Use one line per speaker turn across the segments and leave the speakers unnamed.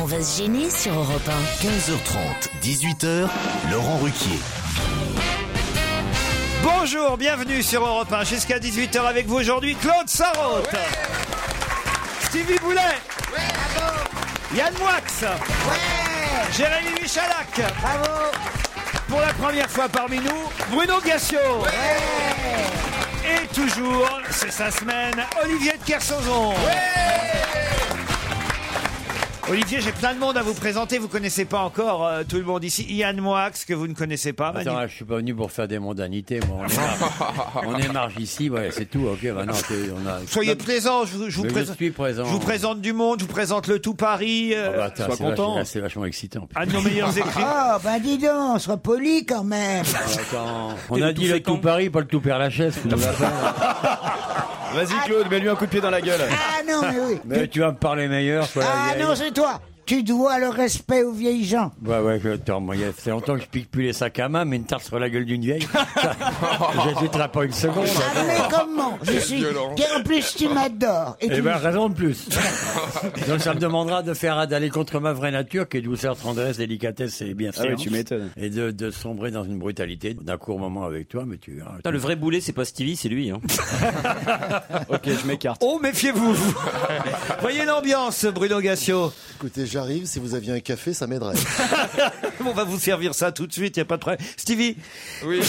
On va se gêner sur Europe
15h30, 18h, Laurent Ruquier.
Bonjour, bienvenue sur Europe 1 jusqu'à 18h avec vous aujourd'hui Claude Sarraute, Stevie Boulet, Yann Moix, Jérémy Michalak, pour la première fois parmi nous, Bruno Gassio, et toujours, c'est sa semaine, Olivier de Kersauzon. Olivier, j'ai plein de monde à vous présenter. Vous connaissez pas encore euh, tout le monde ici. Yann Moix, que vous ne connaissez pas. Manu-
Ah, Attends, je suis pas venu pour faire des mondanités, moi. On émarge, on émarge ici, ouais, c'est tout, ok, maintenant, on a...
Soyez plaisant, je, vous- je vous
Mais je
présente.
suis présent.
je vous présente du monde, je vous présente le tout Paris. euh,
Ah bah, attends,
sois
c'est
content.
vachement- C'est vachement excitant.
Un de nos meilleurs écrits.
Oh, bah dis donc, sois poli quand même.
Attends, on a dit le tout Paris, pas le tout Père Lachaise. tu nous l'as fait.
Vas-y Claude, mets-lui un coup de pied dans la gueule.
Ah non, mais oui.
Mais tu vas me parler meilleur, toi.
Ah
la vieille.
non, c'est toi. Tu dois le respect aux vieilles gens.
Oh.
Ouais, ouais, je- attends, moi, il y a- ça fait longtemps que je pique plus les sacs à main, mais une tarte sur la gueule d'une vieille, ça- j'hésiterai pas une seconde.
Ah mais comment Je suis. Et en plus, tu m'adores. Et
Eh
tu-
ben, raison de plus. Donc, ça me demandera de faire d'aller contre ma vraie nature, qui est douceur, tendresse, délicatesse et bien
Ah oui, tu m'étonnes.
Et de, de sombrer dans une brutalité d'un court moment avec toi, mais tu.
Putain, le vrai boulet, c'est pas Stevie, c'est lui. Hein.
Ok, je m'écarte.
Oh, méfiez-vous. Voyez l'ambiance, Bruno Gassio.
Écoutez, j'arrive, si vous aviez un café, ça m'aiderait.
On va vous servir ça tout de suite, il n'y a pas de problème. Stevie
Oui.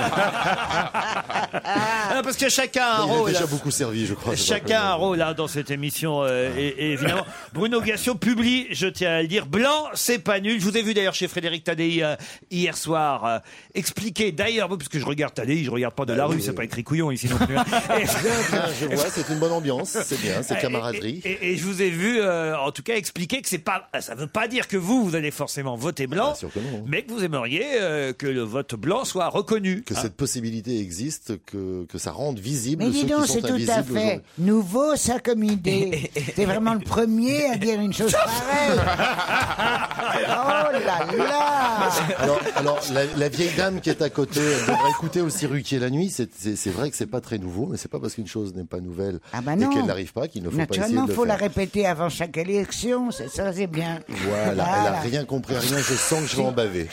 Ah, Parce que chacun a un
Il est
rôle.
déjà beaucoup servi, je crois.
Chacun a un rôle hein, dans cette émission, euh, et, et évidemment. Bruno Gassio publie, je tiens à le dire, Blanc, c'est pas nul. Je vous ai vu d'ailleurs chez Frédéric Tadei euh, hier soir euh, expliquer, d'ailleurs, parce que je regarde Tadei, je regarde pas de la rue, c'est pas écrit couillon ici non plus. hein. Et-
Bien, bien, Ah je vois, c'est une bonne ambiance, c'est bien, c'est camaraderie.
Et, et- et je vous ai vu, euh, en tout cas, expliquer que c'est pas, ah, ça veut pas dire que vous, vous allez forcément voter blanc,
Ah, sûr que non.
mais que vous aimeriez euh, que le vote blanc soit reconnu.
Que cette possibilité existe, que, que ça rende visible
Mais
ceux
dis donc,
qui sont
c'est tout à
invisibles
fait
aujourd'hui.
nouveau ça comme idée. T'es vraiment le premier à dire une chose pareille. Oh là là
Alors, alors la, la vieille dame qui est à côté, elle devrait écouter aussi Ruquier la nuit. C'est- C'est c'est vrai que c'est pas très nouveau, mais c'est pas parce qu'une chose n'est pas nouvelle
Ah bah
et
non.
qu'elle n'arrive pas qu'il ne faut pas essayer de
Naturellement,
le
faut la
faire.
répéter avant chaque élection, c'est ça, c'est bien.
Voilà, elle a rien compris à rien, je sens que je vais en baver.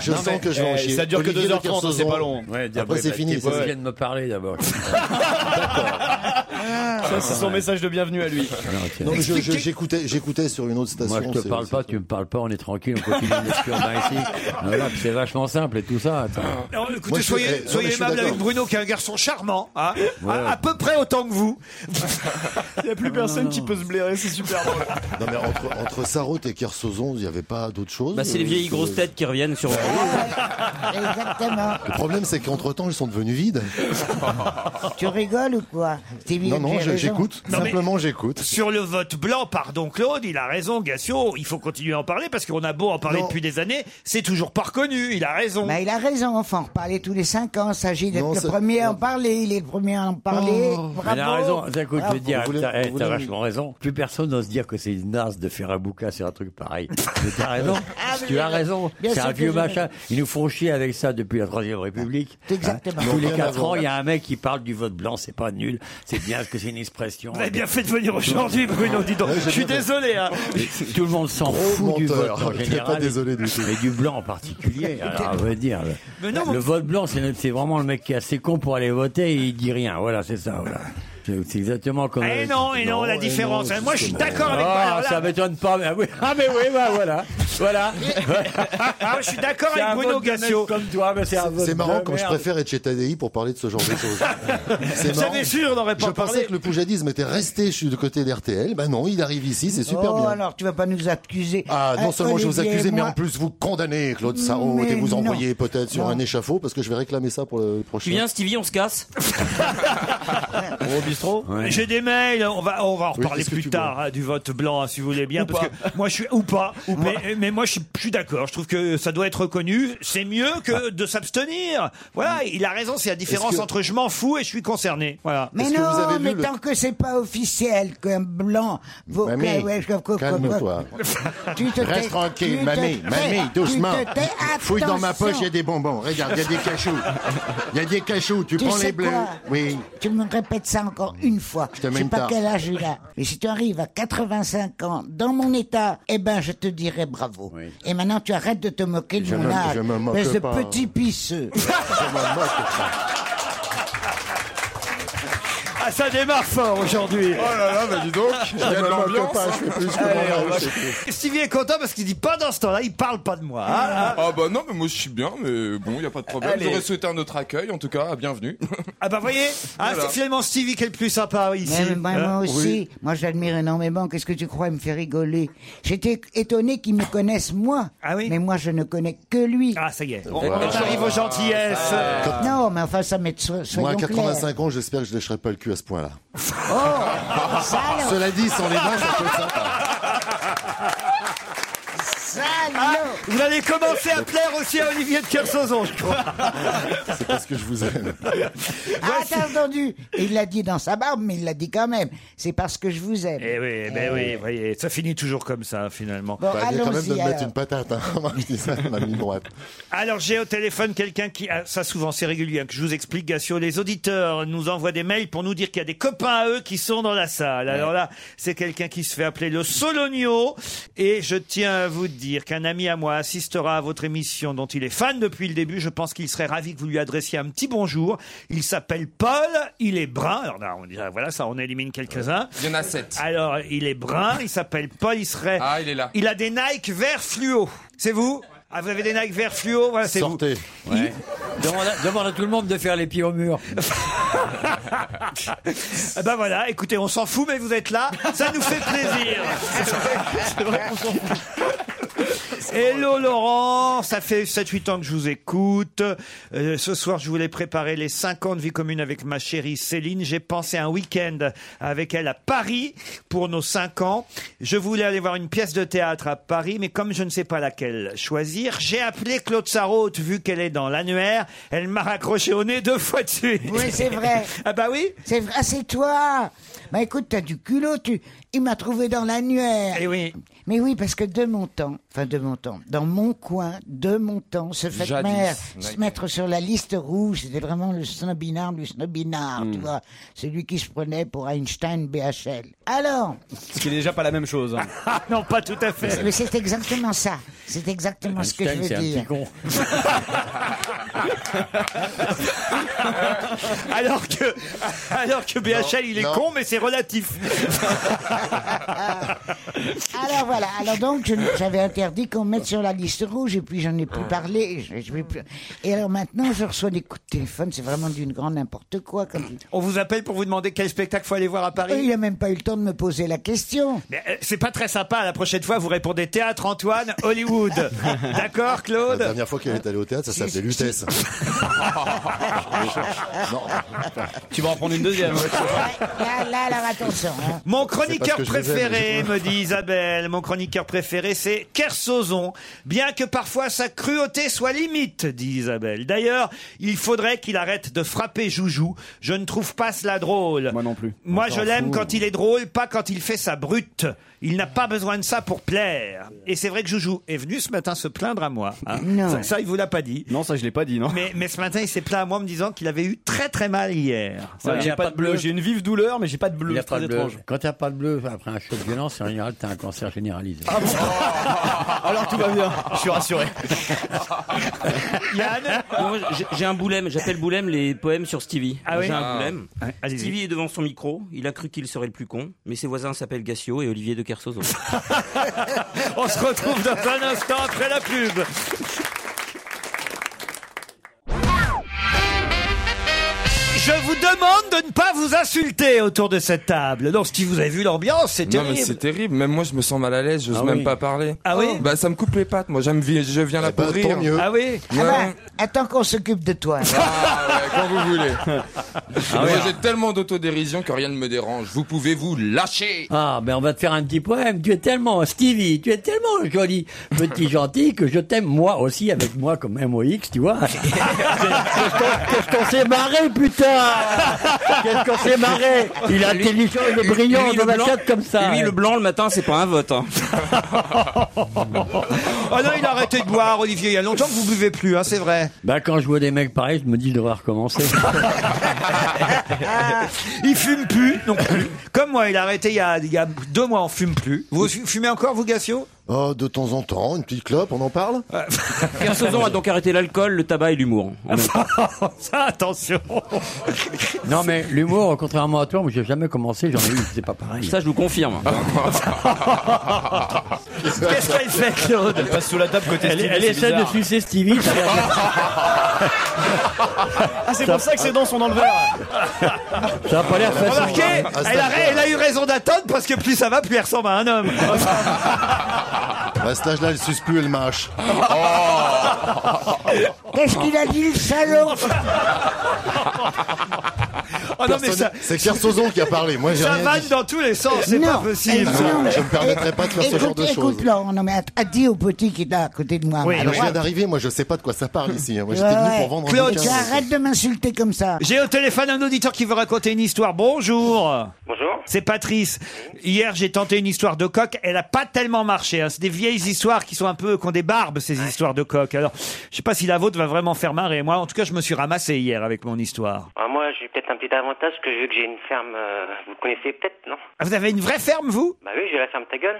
Je sens que je vais en
Euh, eh,
chier.
ça dure que
Olivier de
2h30, hein, c'est pas long.
Ouais, bah,
Après, c'est fini,
Vous
c'est ça.
vient de me parler d'abord.
Ça, c'est son message de bienvenue à lui.
Non, mais je- je- j'écoutais, j'écoutais sur une autre station.
Moi, je te
c'est-
parle
c'est-
pas, tu me parles pas, on est tranquille, on continue notre urbain ici. Ah, Voilà, puis c'est vachement simple et tout ça. attends.
Alors, Ah. écoutez,
Moi, je suis-
soyez,
eh, non, mais
soyez
je suis
aimable
d'accord.
avec Bruno, qui est un garçon charmant, hein, à, à peu près autant que vous.
Il n'y a plus personne qui peut se blairer, c'est super drôle.
Non, mais entre, entre Sarraute et Kersozon, il n'y avait pas d'autre chose.
Bah, c'est les
euh,
vieilles
que-
grosses têtes qui reviennent sur.
Exactement.
Le problème, c'est qu'entre temps, ils sont devenus vides.
Tu rigoles ou quoi Stevie,
Non, non,
j'ai
je-
raison.
j'écoute.
Non, mais-
Simplement, j'écoute.
Sur le vote blanc, pardon Claude, il a raison, Gassio, il faut continuer à en parler, parce qu'on a beau en parler
Non.
depuis des années, c'est toujours pas reconnu, il a raison.
Bah, il a raison, enfin, on parlait tous les cinq ans, il s'agit d'être
Non,
le
ça-
premier à en parler, il est le premier à en parler,
Oh.
bravo.
Elle a raison, écoute, je veux dire,
Vous voulez-
t'as eh,
vous
t'as
voulez-
vachement raison. Plus personne n'ose dire que c'est une naze de faire un bouquin sur un truc pareil. Mais t'as raison, tu as raison,
Ah, Bien
c'est
sûr
un
que
vieux
j'ai
machin. Ils nous font chier avec ça depuis la Troisième République.
Ah,
Hein.
Exactement.
Tous les
Rien à
quatre
voir.
ans, il y a un mec qui parle du vote blanc, c'est pas nul, c'est bien parce que c'est une expression.
Vous avez bien fait de venir aujourd'hui, Bruno, dis donc. Je suis désolé, hein.
Tout le monde s'en
Gros
fout du
menteur.
vote en
J'étais
général.
pas désolé du tout.
Mais du blanc en particulier, alors, on va dire.
Mais non,
le vote blanc, c'est c'est vraiment le mec qui est assez con pour aller voter et il dit rien. Voilà, c'est ça, voilà. C'est c'est exactement comme.
Eh non, eh non, la différence. hein. Moi, je suis d'accord avec
Ah,
alors là,
ça m'étonne pas. Mais, ah, oui. ah, mais oui, bah voilà. Voilà.
Ah, je suis d'accord
C'est un
avec Bruno
vote de mec
Gassio.
Comme toi, mais c'est un vote
C'est marrant
de
quand je
Ah, merde.
préfère être chez Tadei pour parler de ce genre de choses. C'est
Vous savez, sûr, on n'aurait
Je
pas
pensais
parlé.
que le poujadisme était resté du côté d'RTL. Ben non, il arrive ici, c'est super
oh,
bien.
alors tu vas pas nous accuser.
Ah, non
Euh,
seulement je vous
Olivier
accusais,
et
mais
moi-
en plus vous condamnez Claude Sarraute
Mais
et vous
non.
envoyez peut-être sur
Non.
un échafaud parce que je vais réclamer ça pour le prochain.
Tu viens, Stevie, on se casse
Au bistrot
J'ai des mails, on va, on va en
Oui,
reparler
qu'est-ce que
plus
tu
tard hein, du vote blanc, hein, si vous voulez bien. parce que moi, je suis, ou pas, mais, mais moi, je suis, je suis d'accord. Je trouve que ça doit être reconnu. C'est mieux que de s'abstenir. Voilà, il a raison. C'est la différence
Ah. Mm. Est-ce que-
entre je m'en fous et je suis concerné. Voilà.
Mais
Est-ce que vous avez
non,
vu
mais
le-
tant que c'est pas officiel, qu'un blanc. vous-
Mamie,
que- ouais, que- que- que-
calme-toi.
Tu te tais-
Reste tranquille,
tu te
mamie,
tais-
mamie,
tu
doucement.
te tais,
Fouille dans ma poche, il y a
attention.
des bonbons. Regarde, il y a des cachous. Il y a des cachous, tu,
Tu
prends
sais
les bleus.
quoi
Oui. Mm.
Tu me répètes ça encore une fois. Je
te mets
sais
une
pas
tarte.
quel âge il a. Et si tu arrives à 85 ans dans mon état, eh ben je te dirai bravo. Et maintenant tu arrêtes de te moquer de
Je
mon
me-
âge.
je me moque
espèce de
pas.
petit pisseux.
Je m'en moque de ça.
Ah, ça démarre fort aujourd'hui.
Oh là là, bah dis donc, il y
Je
a de
me moque
l'ambiance. hein.
pas, je fais plus que
Allez, on
mon
va-
âge, c'est tout.
Stevie est content parce qu'il dit pas dans ce temps-là, il parle pas de moi. hein.
Ah bah non, mais moi je suis bien, mais bon, il y a pas de problème.
Allez.
J'aurais souhaité un autre accueil, en tout cas, bienvenue.
Ah bah voyez, hein,
Voilà.
c'est finalement Stevie qui est le plus sympa ici.
Mais moi, moi
Hein.
aussi, moi j'admire énormément. Qu'est-ce que tu crois Il me fait rigoler. J'étais étonné qu'ils me connaissent moi.
Ah oui
Mais moi je ne connais que lui.
Ah ça y est, on, on arrive aux gentillesses.
Ah,
Non, mais enfin ça m'est so- soyons
Moi, à
clairs.
85 ans, j'espère que je lâcherai pas le cul à ce point-là.
Ça, alors,
Cela dit, sans les mains, ça peut être sympa.
ça,
Ah,
alors.
vous allez commencer à plaire aussi à Olivier de Kersauzon, je crois.
C'est parce que je vous aime.
Ah, t'as entendu Il l'a dit dans sa barbe, mais il l'a dit quand même. C'est parce que je vous aime.
Eh oui, ben oui, voyez, ça finit toujours comme ça finalement.
Bon,
Oh. Bah, il y a quand même de
allons-y
me
alors.
mettre une patate, hein. Je dis ça, ma mine droite.
Alors j'ai au téléphone quelqu'un qui, ah, ça souvent c'est régulier, hein, que je vous explique, Gassio, les auditeurs nous envoient des mails pour nous dire qu'il y a des copains à eux qui sont dans la salle. Alors là, c'est quelqu'un qui se fait appeler le Solonio, et je tiens à vous dire qu'un ami à moi assistera à votre émission dont il est fan depuis le début. Je pense qu'il serait ravi que vous lui adressiez un petit bonjour. Il s'appelle Paul, il est brun. Alors là, on dirait, voilà, ça, on élimine quelques-uns.
Il y en a sept.
Alors, il est brun, il s'appelle Paul, il serait...
Ah, il est là.
Il a des Nike vert fluo. C'est vous Ah, vous avez des Nike vert fluo Voilà, c'est vous.
Sortez.
demande, à, demande à tout le monde de faire les pieds au mur.
Ah bah voilà, écoutez, on s'en fout, mais vous êtes là. Ça nous fait plaisir. Hello Laurent, ça fait 7-8 ans que je vous écoute. Euh, ce soir, je voulais préparer les 50 vies communes avec ma chérie Céline. J'ai pensé un week-end avec elle à Paris pour nos 5 ans. Je voulais aller voir une pièce de théâtre à Paris, mais comme je ne sais pas laquelle choisir, j'ai appelé Claude Sarraute vu qu'elle est dans l'annuaire. Elle m'a raccroché au nez deux fois dessus.
Oui, c'est vrai.
Ah bah oui
C'est vrai, ah, c'est toi Bah écoute, t'as du culot, tu... il m'a trouvé dans l'annuaire.
Eh oui.
Mais oui, parce que de mon temps, enfin de mon temps, dans mon coin, de mon temps, se fait
Jadis.
mère,
Ouais.
se mettre sur la liste rouge, c'était vraiment le snobinard du snobinard, tu vois, celui qui se prenait pour Einstein BHL. Alors,
Ce qui est déjà pas la même chose. hein.
Ah non, pas tout à fait.
mais c'est exactement ça, c'est exactement ce que je
Einstein, c'est un
veux
petit
dire.
con.
Alors que, alors que BHL, il est
non.
con, mais c'est relatif.
Alors voilà, alors donc je- j'avais interdit qu'on me mette sur la liste rouge et puis j'en ai plus parlé. Je, je vais plus... Et alors maintenant je reçois des coups de téléphone, c'est vraiment d'une grande n'importe quoi. Comme...
On vous appelle pour vous demander quel spectacle faut aller voir à
Et Euh, il
Paris.
a même pas eu le temps de me poser la question.
Mais, euh, C'est pas très sympa. La prochaine fois, vous répondez théâtre Antoine, Hollywood. D'accord,
La
Claude
dernière fois qu'elle est allée au théâtre, ça s'appelait Lutèce. non,
Tu vas en prendre une deuxième.
Ouais, là, là, alors attention. hein.
Mon
C'est
chroniqueur
parce que je les aime,
préféré, me dit Isabelle, mon chroniqueur préféré, c'est Kersozon. Bien que parfois sa cruauté soit limite, dit Isabelle. D'ailleurs, il faudrait qu'il arrête de frapper Joujou. Je ne trouve pas cela drôle.
Moi non plus.
Moi,
On
je
s'en
l'aime
fout.
quand il est drôle, pas quand il fait sa brute. Il n'a pas besoin de ça pour plaire. Et c'est vrai que Joujou est venu ce matin se plaindre à moi. hein.
Non.
Ça, ça, il vous l'a pas dit.
Non, ça je l'ai pas dit, non.
Mais, mais ce matin, il s'est plaint à moi en me disant qu'il avait eu très très mal hier.
C'est vrai que
Il a
J'ai pas,
pas
de
de
bleu.
bleu.
J'ai une vive douleur, mais j'ai pas de bleu.
Il a
C'est très
pas de bleu.
étrange.
Quand t'as pas de bleu après un choc violent, c'est en général t'as un cancer généralisé.
Ah,
Alors tout va bien. Je suis rassuré.
Yann
Non, moi, j'ai- J'ai un boulème, j'appelle boulème les poèmes sur Stevie.
Ah oui
J'ai un boulème.
allez-y.
Stevie est devant son micro, il a cru qu'il serait le plus con, mais ses voisins s'appellent Gassio et Olivier de Kersauzon.
On se retrouve dans un instant après la pub. Je vous demande de ne pas vous insulter autour de cette table. Non, si vous avez vu l'ambiance, c'est
Non
terrible.
mais c'est terrible, même moi je me sens mal à l'aise, je
Ah
même
oui.
pas parler.
Ah oui
Bah ça me coupe les pattes, moi j'aime vi- je viens là pour rire.
Ah
oui bah.
Ah ben, attends qu'on s'occupe de toi.
Ah ouais, quand vous voulez. Moi,
ouais.
j'ai tellement d'autodérision que rien ne me dérange. Vous pouvez vous lâcher.
Ah, ben on va te faire un petit poème. Tu es tellement, Stevie, tu es tellement joli, petit gentil, que je t'aime moi aussi, avec moi comme MOX, tu vois. Qu'est-ce qu'on s'est marré, putain Qu'est-ce qu'on s'est marré Il est
Lui-
intelligent, il est
lui-
brillant,
lui, le
on va
blanc-
faire comme ça.
Lui, le blanc, Oh, le matin, c'est pas un vote. hein.
Oh non, il a arrêté de boire, Olivier. Il y a longtemps que vous buvez plus, hein, c'est vrai.
Ben quand je vois des mecs pareils, je me dis, je devrais recommencer.
Il fume plus non plus. Comme moi, il a arrêté il y a, il y a deux mois, on fume plus. Vous fu- fumez encore, vous, Gassio
Oh, de temps en temps, une petite clope, on en parle
Ah,
Pierre Sauzon a donc arrêté l'alcool, le tabac et l'humour. en même temps.
Ça, attention
non, mais l'humour, contrairement à toi, moi j'ai jamais commencé, j'en ai eu, c'est pas pareil.
Ça, je vous confirme.
Qu'est-ce qu'elle fait, Claude
passe sous la table côté
Elle, elle essaie de sucer Stevie, ça a l'air de-
Ah, c'est pour ça que ses dents sont dans le verre.
ça a pas l'air facile. Ah,
Remarquez, elle a, elle a eu raison d'attendre parce que plus ça va, plus elle ressemble à un homme.
À cet âge-là, elle suce plus, elle mâche.
Oh,
Oh.
Qu'est-ce qu'il a dit, le salaud
Oh non, mais
Personne-
ça,
C'est Pierre Sauzon qui a parlé. Moi, j'ai
ça
rien
vanne
dit.
dans tous les sens, c'est pas possible. ça.
non. Je me permettrais pas de faire ce genre de choses.
Écoute, là, non, mais att- att- dis au petit qui est là, à côté de moi.
Oui,
à
Alors, je viens
droite.
d'arriver, moi, je sais pas de quoi ça parle ici. hein. Moi,
Ah, Ouais,
j'étais venu
ouais.
pour vendre
Claude,
un
Et tu
bouquin.
arrêtes Eh, de m'insulter comme ça.
J'ai au téléphone un auditeur qui veut raconter une histoire. Bonjour.
Bonjour.
C'est Patrice. Hier, j'ai tenté une histoire de coq. Elle a pas tellement marché. hein. C'est des vieilles histoires qui sont un peu, qui ont des barbes, ces histoires de coq. Alors, je sais pas si la vôtre va vraiment faire marrer. Moi, en tout cas, je me suis ramassé hier avec mon histoire.
Ah, moi, j'ai peut-être un petit avantage que vu que j'ai une ferme, euh, vous connaissez peut-être, non
Ah, vous avez une vraie ferme, vous
Bah oui, j'ai la ferme ta gueule.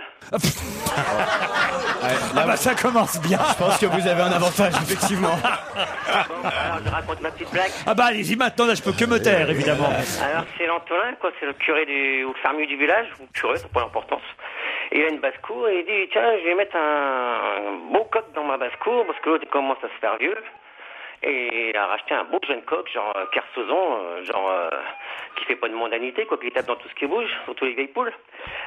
Ah bah, ça commence bien.
Je pense que vous avez un avantage, effectivement.
Bon, alors je raconte ma petite blague.
Ah bah, allez-y maintenant. Là, je peux que me taire, évidemment.
Alors c'est l'Antolin, quoi, c'est le curé du, ou le fermier du village, ou le curé, ça n'a pas l'importance. Et il a une basse-cour et il dit, tiens, je vais mettre un, un beau coq dans ma basse-cour parce que l'autre il commence à se faire vieux. Et il a racheté un beau jeune coq, genre euh, Kersauzon, euh, genre euh, qui fait pas de mondanité, quoi, qui tape dans tout ce qui bouge, surtout les vieilles poules.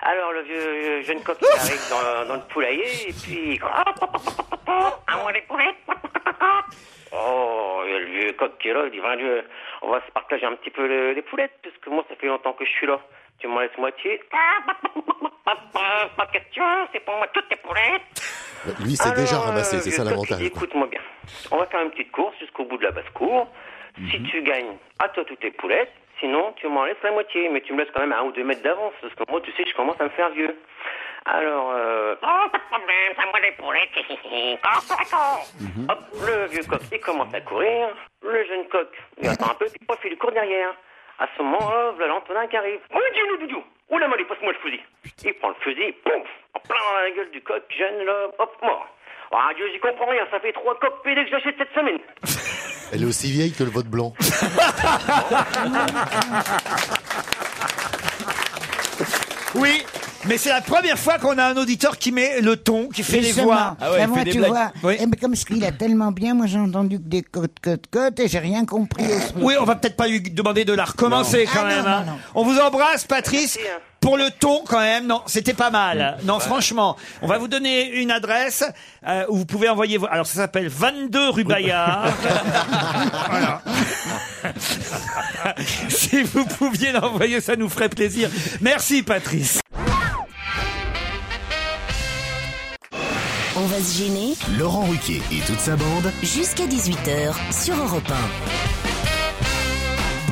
Alors le vieux euh, jeune coq il arrive dans, dans le poulailler et puis à moi les poulettes. Oh, il y a le vieux coq qui est là, il dit, Vain Dieu, on va se partager un petit peu le- les poulettes, parce que moi, ça fait longtemps que je suis là. Tu m'en laisses moitié. Ah, bah, bah, bah, bah, bah, bah, Pas de question, c'est pour moi toutes tes poulettes.
Lui, c'est
Alors,
déjà
euh,
ramassé, c'est
le
ça
coq, il
l'avantage.
dit, Écoute-moi bien. On va faire une petite course jusqu'au bout de la basse-cour. Si tu gagnes, à toi toutes tes poulettes. Sinon, tu m'en laisses la moitié. Mais tu me laisses quand même un ou deux mètres d'avance. Parce que moi, tu sais, je commence à me faire vieux. Alors, euh... Oh, pas de problème, c'est à moi les poulettes. D'accord. Hop, le vieux coq, il commence à courir. Le jeune coq, il attend un peu, puis pof, il lui court derrière. À ce moment-là, voilà l'Antonin qui arrive. Oh, Dieu, le doudou Oh la molly, passe-moi le fusil Il prend le fusil, pouf En plein dans la gueule du coq, jeune, là, hop, mort Ah, Dieu, j'y comprends rien, ça fait trois coques pédés que j'achète cette semaine
Elle est aussi vieille que le vote blanc.
Oui. Mais c'est la première fois qu'on a un auditeur qui met le ton, qui fait les
Justement.
voix.
Ah ouais,
Ben
il
moi,
fait des
tu
blagues.
vois,
Oui.
eh ben, comme ce qu'il a tellement bien, moi j'ai entendu que des côtes, côtes, côtes et j'ai rien compris au truc.
Oui, on va peut-être pas lui demander de la recommencer quand
Ah,
même.
non,
hein.
non, non.
On vous embrasse, Patrice.
Merci, hein.
Pour le ton, quand même, non, c'était pas mal. Non, franchement, on va vous donner une adresse euh, où vous pouvez envoyer. vos- Alors, ça s'appelle 22 rue Bayard. Voilà. si vous pouviez l'envoyer, ça nous ferait plaisir. Merci, Patrice.
On va se gêner
Laurent Ruquier et toute sa bande.
jusqu'à 18h sur Europe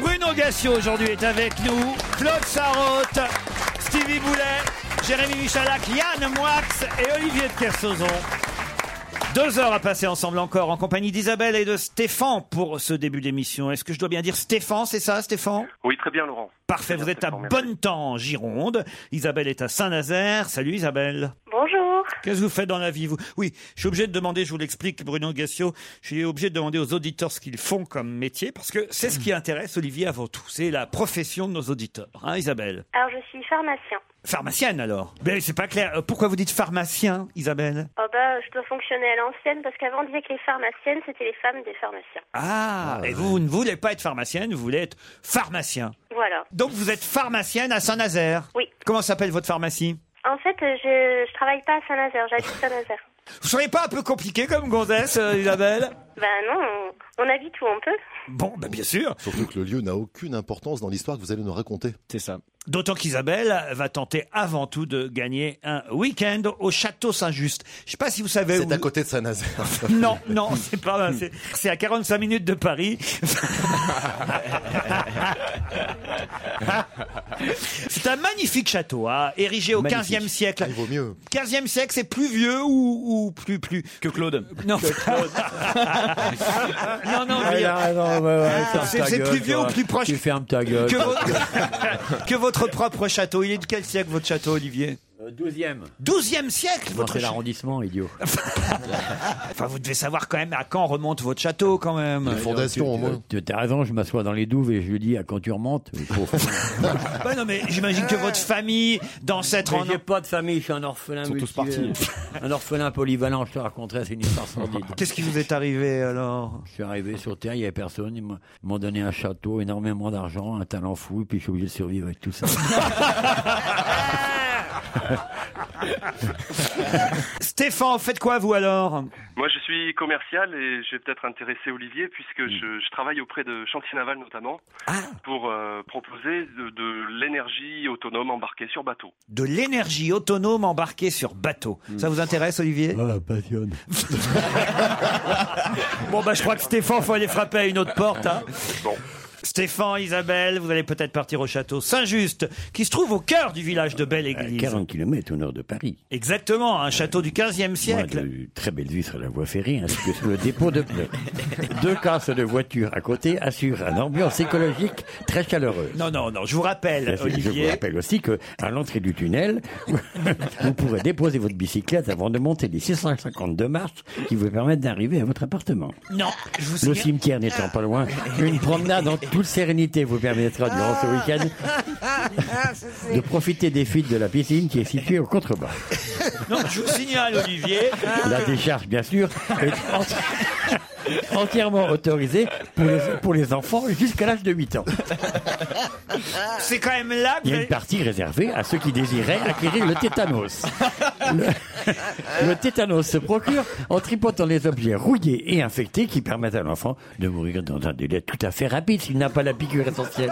Bruno Gassio aujourd'hui est avec nous, Claude Sarraute, Stevie Boulet, Jérémy Michalak, Yann Moix et Olivier de Kersauzon. Deux heures à passer ensemble encore en compagnie d'Isabelle et de Stéphane pour ce début d'émission. Est-ce que je dois bien dire Stéphane, c'est ça Stéphane
Oui, très bien, Laurent.
Parfait, vous êtes à bonne temps en Gironde. Isabelle est à Saint-Nazaire. Salut Isabelle.
Bonjour.
Qu'est-ce que vous faites dans la vie, vous Oui, je suis obligé de demander, je vous l'explique, Bruno Gassio, je suis obligé de demander aux auditeurs ce qu'ils font comme métier, parce que c'est ce qui intéresse Olivier avant tout. C'est la profession de nos auditeurs, hein, Isabelle
Alors, je suis pharmacien.
Pharmacienne alors Mais c'est pas clair. Euh, Pourquoi vous dites pharmacien, Isabelle
Oh bah, je dois fonctionner à l'ancienne parce qu'avant on disait que les pharmaciennes c'était les femmes des pharmaciens.
Ah, et vous, vous ne voulez pas être pharmacienne, vous voulez être pharmacien.
Voilà.
Donc vous êtes pharmacienne à Saint-Nazaire
Oui.
Comment s'appelle votre pharmacie
En fait, euh, je, je travaille pas à Saint-Nazaire, j'habite Saint-Nazaire.
Vous seriez pas un peu compliqué comme gonzesse, euh, Isabelle
Bah non, on, on habite où on peut.
Bon, bah bien sûr.
Surtout que le lieu n'a aucune importance dans l'histoire que vous allez nous raconter.
C'est ça. D'autant qu'Isabelle va tenter avant tout de gagner un week-end au Château Saint-Just. Je sais pas si vous savez où.
C'est à côté de Saint-Nazaire.
Non, non, c'est pas. c'est- C'est à 45 minutes de Paris. c'est un magnifique château, hein, érigé au
Magnifique. Ah,
15e siècle.
il vaut mieux.
15e siècle, c'est plus vieux ou, ou plus plus que Claude Non. non, non, je veux dire-
Ah bah
Ah. C'est- c'est plus vieux ou plus proche
Tu fermes ta gueule. Ah,
que, votre... que votre propre château. Il est de quel siècle votre château, Olivier
12e.
12e siècle,
Votre
votre château.
l'arrondissement, idiot.
Enfin, vous devez savoir quand même à quand remonte votre château, quand même.
Tu as raison, je m'assois dans les douves et je lui dis à quand tu remontes.
Bah non, mais j'imagine que votre famille, d'ancêtres en.
J'ai pas de famille, je suis un orphelin.
Ils sont tous
multi- un orphelin polyvalent, je te raconterai, c'est une histoire sordide.
Qu'est-ce qui vous est arrivé alors
Je suis arrivé sur Terre, il n'y avait personne. Ils m'ont- m'ont donné un château, énormément d'argent, un talent fou, et puis je suis obligé de survivre avec tout ça.
Stéphane, faites quoi vous alors
Moi, je suis commercial et je vais peut-être intéresser Olivier puisque je, je travaille auprès de Chantier Naval notamment pour euh, proposer de, de l'énergie autonome embarquée sur bateau.
De l'énergie autonome embarquée sur bateau.
Hmm.
Ça vous intéresse, Olivier
Ça passionne.
Bon, bah, je crois que Stéphane, faut aller frapper à une autre porte. hein. Stéphane, Isabelle, vous allez peut-être partir au château Saint-Just, qui se trouve au cœur du village de Belle-Église.
40 km au nord de Paris.
Exactement, un château du 15e siècle.
Moi, de très belle vue sur la voie ferrée, ainsi hein, que sur le dépôt de pneus. Deux casses de voitures à côté assurent une ambiance écologique très chaleureuse.
Non, non, non, je vous rappelle,
Je vous
Olivier.
rappelle aussi que à l'entrée du tunnel, vous pourrez déposer votre bicyclette avant de monter les 652 marches qui vous permettent d'arriver à votre appartement.
Non, je vous
Le
signale-
cimetière n'étant pas loin, une promenade en toute sérénité vous permettra durant ce week-end
Ah,
de profiter des fuites de la piscine qui est située au contrebas.
Non, je vous signale, Olivier.
La
que-
décharge, bien sûr, est enti- entièrement autorisée pour les, pour les enfants jusqu'à l'âge de 8 ans.
C'est quand même là que
Il y a une partie réservée à ceux qui désiraient acquérir le tétanos. Le, le tétanos se procure en tripotant les objets rouillés et infectés qui permettent à l'enfant de mourir dans un délai tout à fait rapide s'il n'a pas la piqûre essentielle.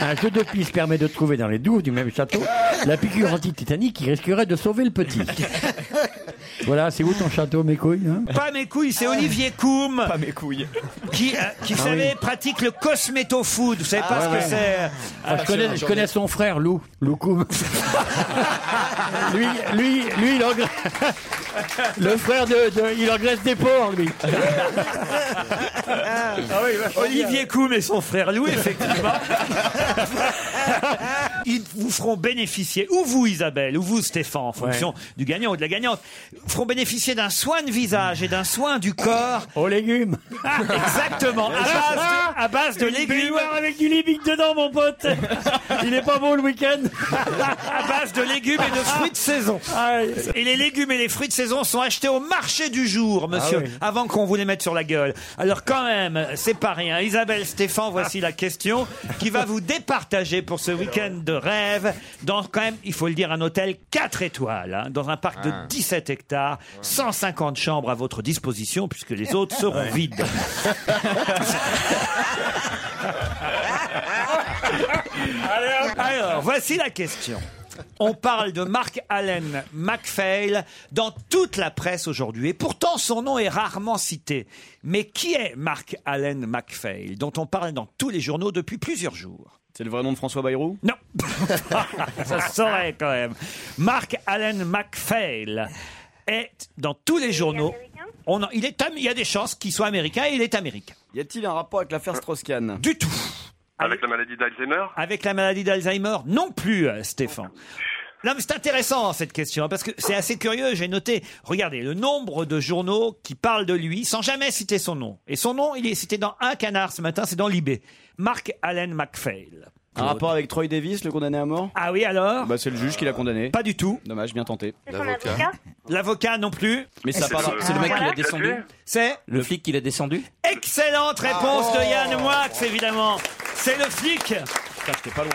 Un jeu de piste permet de trouver dans les douves du même château la piqûre anti-tétanique qui risquerait de sauver le petit. Voilà, c'est où ton château, mes couilles hein
Pas mes couilles, c'est Olivier Coum. Ah Pas mes couilles. Qui, euh, qui vous
Ah
savez,
oui.
pratique le cosméto-food. Vous savez pas
Ah,
ce que
ouais, ouais.
c'est euh,
Ah, je, connais, je connais son frère, Lou. Lou Koum.
Ah,
lui, lui, lui, il engraisse. Le frère de, de- Il engraisse des porcs, lui.
Olivier Coum et son frère Louis, effectivement. Ils vous feront bénéficier, ou vous Isabelle, ou vous Stéphane, en fonction du gagnant ou de la gagnante, feront bénéficier d'un soin de visage et d'un soin du corps.
Aux légumes.
exactement, à base de, à base de
Une
légumes.
baignoire avec du libic dedans, mon pote. Il est pas bon le week-end. Ah.
à base de légumes et de fruits de saison. Et les légumes et les fruits de saison sont achetés au marché du jour, monsieur,
Ah oui.
avant qu'on vous les mette sur la gueule. Alors quand même, c'est pas rien. Isabelle Stéphane,
Ah.
voici la question qui va vous départager pour ce week-end de rêve dans quand même, il faut le dire, un hôtel 4 étoiles, hein, dans un parc de
Ah.
17 hectares, 150 chambres à votre disposition puisque les autres seront
Ouais.
vides. Alors, voici la question. On parle de Mark Allen MacPhail dans toute la presse aujourd'hui. Et pourtant, son nom est rarement cité. Mais qui est Mark Allen MacPhail, dont on parle dans tous les journaux depuis plusieurs jours C'est le vrai nom de François Bayrou Non Ça se saurait quand même. Mark Allen MacPhail est dans tous les journaux. On en- il, est, am- il y a des chances qu'il soit américain et il est américain.
Y a-t-il un rapport avec l'affaire Strauss-Kahn
Du tout.
Avec la maladie d'Alzheimer
Avec la maladie d'Alzheimer, non plus, euh, Stéphane. Non, mais c'est intéressant cette question, hein, parce que c'est assez curieux. J'ai noté, regardez, le nombre de journaux qui parlent de lui sans jamais citer son nom. Et son nom, il est cité dans un canard ce matin, c'est dans Libé. Mark Allen MacPhail.
Un rapport avec Troy Davis, le condamné à mort
Ah oui, alors
Bah, c'est le juge qui l'a condamné.
Pas du tout.
Dommage, bien tenté.
C'est son avocat
L'avocat non plus.
Mais ça
Est-ce
parle-
que-
c'est le mec qui l'a descendu
C'est
Le flic qui l'a descendu
Excellente réponse
Ah.
de Yann Moix, évidemment. C'est le flic. pas loin.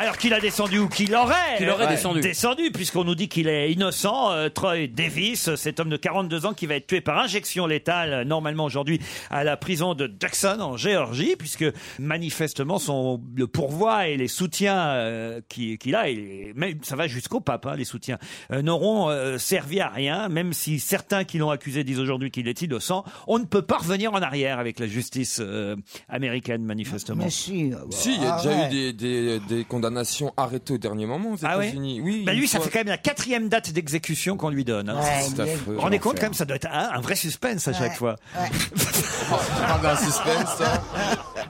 Alors qu'il a descendu ou qu'il aurait,
Qu'il aurait descendu.
descendu, puisqu'on nous dit qu'il est innocent. euh, Troy Davis, cet homme de 42 ans qui va être tué par injection létale, euh, normalement aujourd'hui à la prison de Jackson en Géorgie, puisque manifestement son le pourvoi et les soutiens euh, qui- qu'il a, et même ça va jusqu'au pape, hein, les soutiens euh, n'auront euh, servi à rien, même si certains qui l'ont accusé disent aujourd'hui qu'il est innocent. On ne peut pas revenir en arrière avec la justice euh, américaine, manifestement.
Mais si, euh,
Si, il y a déjà eu
arrête.
des, des- des condamnations arrêtées au dernier moment aux
Ah ouais
États-Unis. oui,
bah
une
lui, ça
fois.
fait quand même la quatrième date d'exécution qu'on lui donne. hein.
Ouais, C'est affreux,
Vous vous rendez
l'enfer.
compte quand même, ça doit être un, un vrai suspense à chaque fois.
un suspense, ça.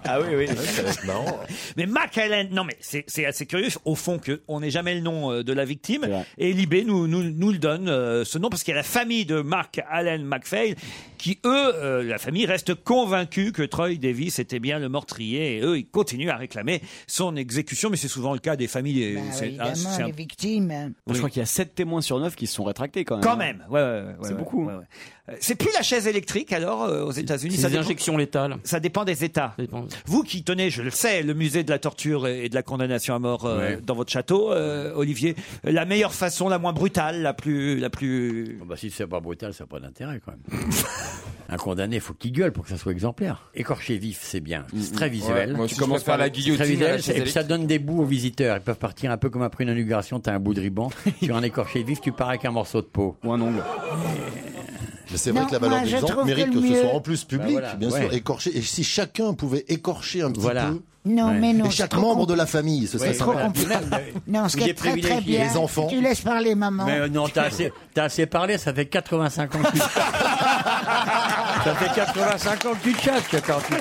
Ah oui, oui.
ben, ça va être marrant.
Mais McAllen, non mais c'est c'est assez curieux au fond que on n'ait jamais le nom euh, de la victime et Libé nous, nous, nous le donne euh, ce nom parce qu'il y a la famille de Mark Allen McPhail qui eux, euh, la famille reste convaincue que Troy Davis était bien le meurtrier et eux ils continuent à réclamer son exécution mais c'est souvent le cas des familles. et
Bah,
c'est-
évidemment,
ah, c'est un-
les victimes. hein.
Je crois qu'il y a 7 témoins sur 9 qui se sont rétractés quand même.
Quand
hein.
même, ouais, ouais, ouais,
C'est
ouais,
beaucoup.
ouais, ouais. Euh, C'est plus la chaise électrique alors euh, aux États-Unis.
C'est
ça
des
dépend-
injections létales.
Ça dépend des États.
dépend.
Vous qui tenez, je le sais, le musée de la torture et et de la condamnation à mort euh, dans votre château, euh, Olivier, la meilleure façon, la moins brutale, la plus, la plus.
Bah, si c'est pas brutal, ça n'a pas d'intérêt quand même. Un condamné, faut qu'il gueule pour que ça soit exemplaire. Écorché vif, c'est bien. C'est très visuel.
Mm, Ouais, moi aussi,
Tu
je
commences
préfère la guillotine
c'est très
à la
visuel,
chaise
c'est- et puis ça
électrique.
donne des bouts aux visiteurs. Ils peuvent partir un peu comme après une inauguration. T'as un bout de ruban. Sur un écorché vif, tu pars avec un morceau de peau. Ou un ongle.
Mais c'est
Non,
vrai que la
moi,
valeur
je
d'exemple
trouve
mérite
que
que,
le
ce
mieux-
soit en plus public,
Bah voilà,
bien sûr,
ouais.
écorché. Et si chacun pouvait écorcher un petit
Voilà.
peu.
Non, mais non.
Et
c'est
chaque
trop
membre
compli-
de la famille, ce serait
Ouais,
sympa.
voilà.
Non, ce
Il
qui
est
est très très
privilégié.
bien.
Les enfants.
Tu laisses parler maman.
Mais euh, non, t'as assez, t'as assez parlé, ça fait 85 ans que tu... ça fait 85 ans que tu tchatches quand tu...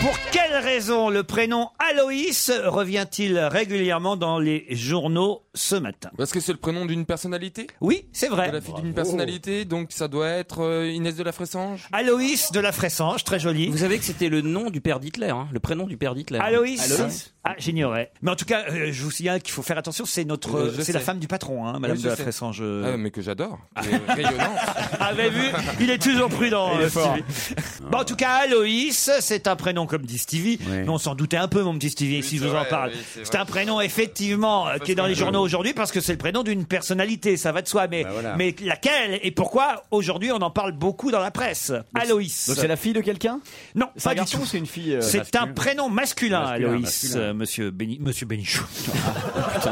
Pour quelle raison le prénom Aloïs revient-il régulièrement dans les journaux ce matin
Parce que c'est le prénom d'une personnalité
Oui, c'est vrai.
De la fille d'une personnalité, donc ça doit être euh, Inès de la Fressange
Aloïs de la Fressange, très joli.
Vous savez que c'était le nom du père d'Hitler, hein, le prénom du père d'Hitler.
Aloïs.
Aloïs
Ah, j'ignorais. Mais en tout cas, euh, je vous signale qu'il faut faire attention. C'est notre,
Euh, je
c'est la
sais.
femme du patron, hein, Madame
Oui, je
de la
sais.
Fressange.
Ah, mais que j'adore. qui est Rayonnante.
Avait vu, il est toujours prudent.
Il est
euh,
fort.
Stevie. Bon, en tout cas, Aloïs, c'est un prénom comme dit Stevie.
Oui.
Mais on s'en doutait un peu, mon petit Stevie, si je
c'est
vous en
vrai,
parle.
oui, c'est
c'est
vrai.
un prénom effectivement euh, qui est dans les journaux aujourd'hui parce que c'est le prénom d'une personnalité, ça va de soi. Mais,
Bah voilà.
mais laquelle et pourquoi aujourd'hui on en parle beaucoup dans la presse Aloïs.
Donc c'est la fille de quelqu'un
Non,
C'est
pas
un
du
garçon
tout.
ou c'est une fille euh,
C'est un
masculine
prénom masculin,
Masculin,
Aloïs,
masculin.
euh, monsieur Béni, monsieur Bénichou.
Oh,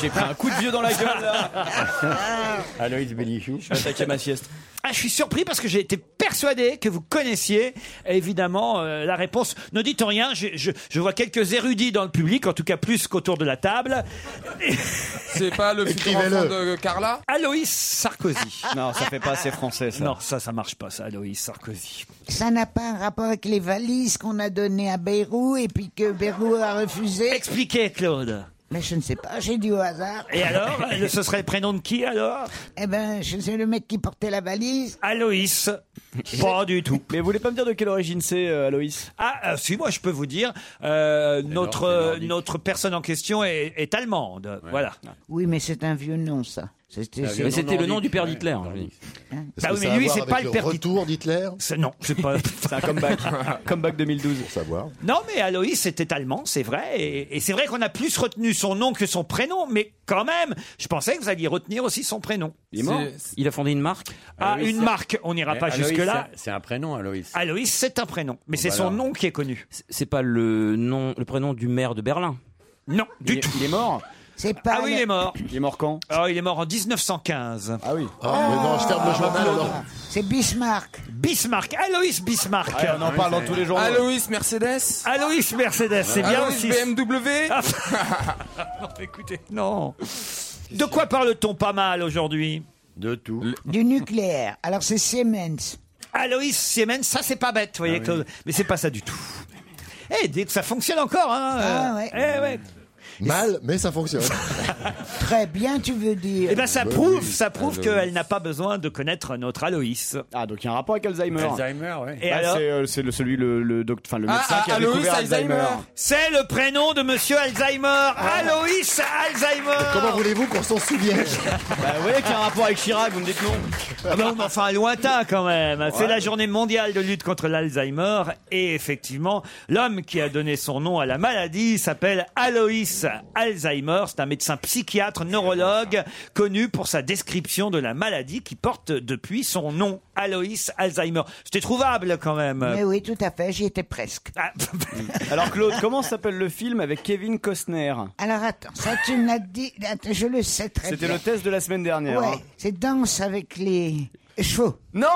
J'ai pris un coup de vieux dans la gueule là
Aloïs Bénichou.
Attaquer ma sieste.
Ah, je suis surpris parce que j'ai été persuadé que vous connaissiez évidemment euh, la réponse. Ne dites rien, je, je- je vois quelques érudits dans le public, en tout cas plus qu'autour de la table.
C'est pas le futur
Écrivez-le.
enfant de Carla
Aloïs Sarkozy.
Non, ça fait pas assez français ça.
Non, ça, ça marche pas, ça, Aloïs Sarkozy.
Ça n'a pas un rapport avec les valises qu'on a données à Beyrouth et puis que Beyrouth a refusé.
Expliquez, Claude.
Mais je ne sais pas, j'ai dit au hasard.
Et alors, le- ce serait le prénom de qui alors
Eh ben, je sais le mec qui portait la valise.
Aloïs. Pas du tout.
Mais vous voulez pas me dire de quelle origine c'est, euh, Aloïs
Ah, euh, si, moi je peux vous dire, euh, notre,
nord- c'est
euh,
nordique.
notre personne en question est, est allemande. Voilà.
Oui, mais c'est un vieux nom, ça. C'était.
vieux
Mais
nom
c'est-
c'était le nom du
nordique,
père
ouais,
d'Hitler.
nordique.
Est-ce
Bah
que
oui,
ça
mais
a à
lui,
voir
c'est
avec
pas le père
retour d'Hitler
C'est- Non, c'est pas.
C'est un comeback. comeback 2012.
Pour savoir.
Non, mais Aloïs c'était allemand, c'est vrai. Et, et c'est vrai qu'on a plus retenu son nom que son prénom, mais quand même, je pensais que vous alliez retenir aussi son prénom.
Il est mort
C'est- Il a fondé une marque
Ah,
Aloïs,
une
c'est-
marque, on n'ira pas
Aloïs,
jusque-là.
c'est- C'est un prénom, Aloïs.
Aloïs, c'est un prénom, mais c'est
bah
son
alors.
nom qui est connu.
C'est- C'est pas le nom, le prénom du maire de Berlin.
Non,
il
du
est,
tout.
il est mort
C'est pas.
Ah oui, il est mort.
Il est mort quand
Ah, il est mort en 1915.
Ah oui.
Ah, mais non, je ferme le journal alors.
C'est Bismarck.
Bismarck, Aloïs Bismarck.
on en parle dans tous les jours.
Aloïs Mercedes
Aloïs Mercedes, c'est bien
Aloïs
aussi. Ah,
BMW
Non, écoutez, non. De quoi parle-t-on pas mal aujourd'hui
De tout.
Du nucléaire. Alors c'est Siemens.
Aloïs Siemens, ça c'est pas bête, vous voyez, Claude. Mais c'est pas ça du tout. Eh, dès que ça fonctionne encore, hein.
Ah
euh,
ouais.
eh ouais.
Mal, mais ça fonctionne.
Très bien, tu veux dire.
Eh ben ça prouve, ça prouve qu'elle n'a pas besoin de connaître notre Aloïs. Ah, donc il y a un rapport avec Alzheimer.
Alzheimer,
ouais.
Et
Et alors
c'est euh, c'est le, celui, le, le, doc- enfin, le
Ah,
médecin
ah,
qui a
Aloïs
découvert Alzheimer. Ah.
C'est le prénom de monsieur Alzheimer. Aloïs Alzheimer.
Comment voulez-vous qu'on s'en souvienne
Bah oui, qui a un rapport avec Chirac, vous me dites non. Ah bah, oui, mais enfin, lointain quand même. C'est
Ouais.
la journée mondiale de lutte contre l'Alzheimer. Et effectivement, l'homme qui a donné son nom à la maladie s'appelle Aloïs Alzheimer. C'est un médecin psychiatre, neurologue, connu pour sa description de la maladie qui porte depuis son nom. Aloïs Alzheimer. C'était trouvable quand même.
Mais oui, tout à fait, j'y étais presque.
Ah.
Ah,
Mm. Alors Claude, comment s'appelle le film avec Kevin Costner
Alors attends, ça tu me l'as dit, attends, je le sais très bien.
C'était le test de la semaine dernière.
Ouais,
hein.
c'est danse avec les chevaux.
Non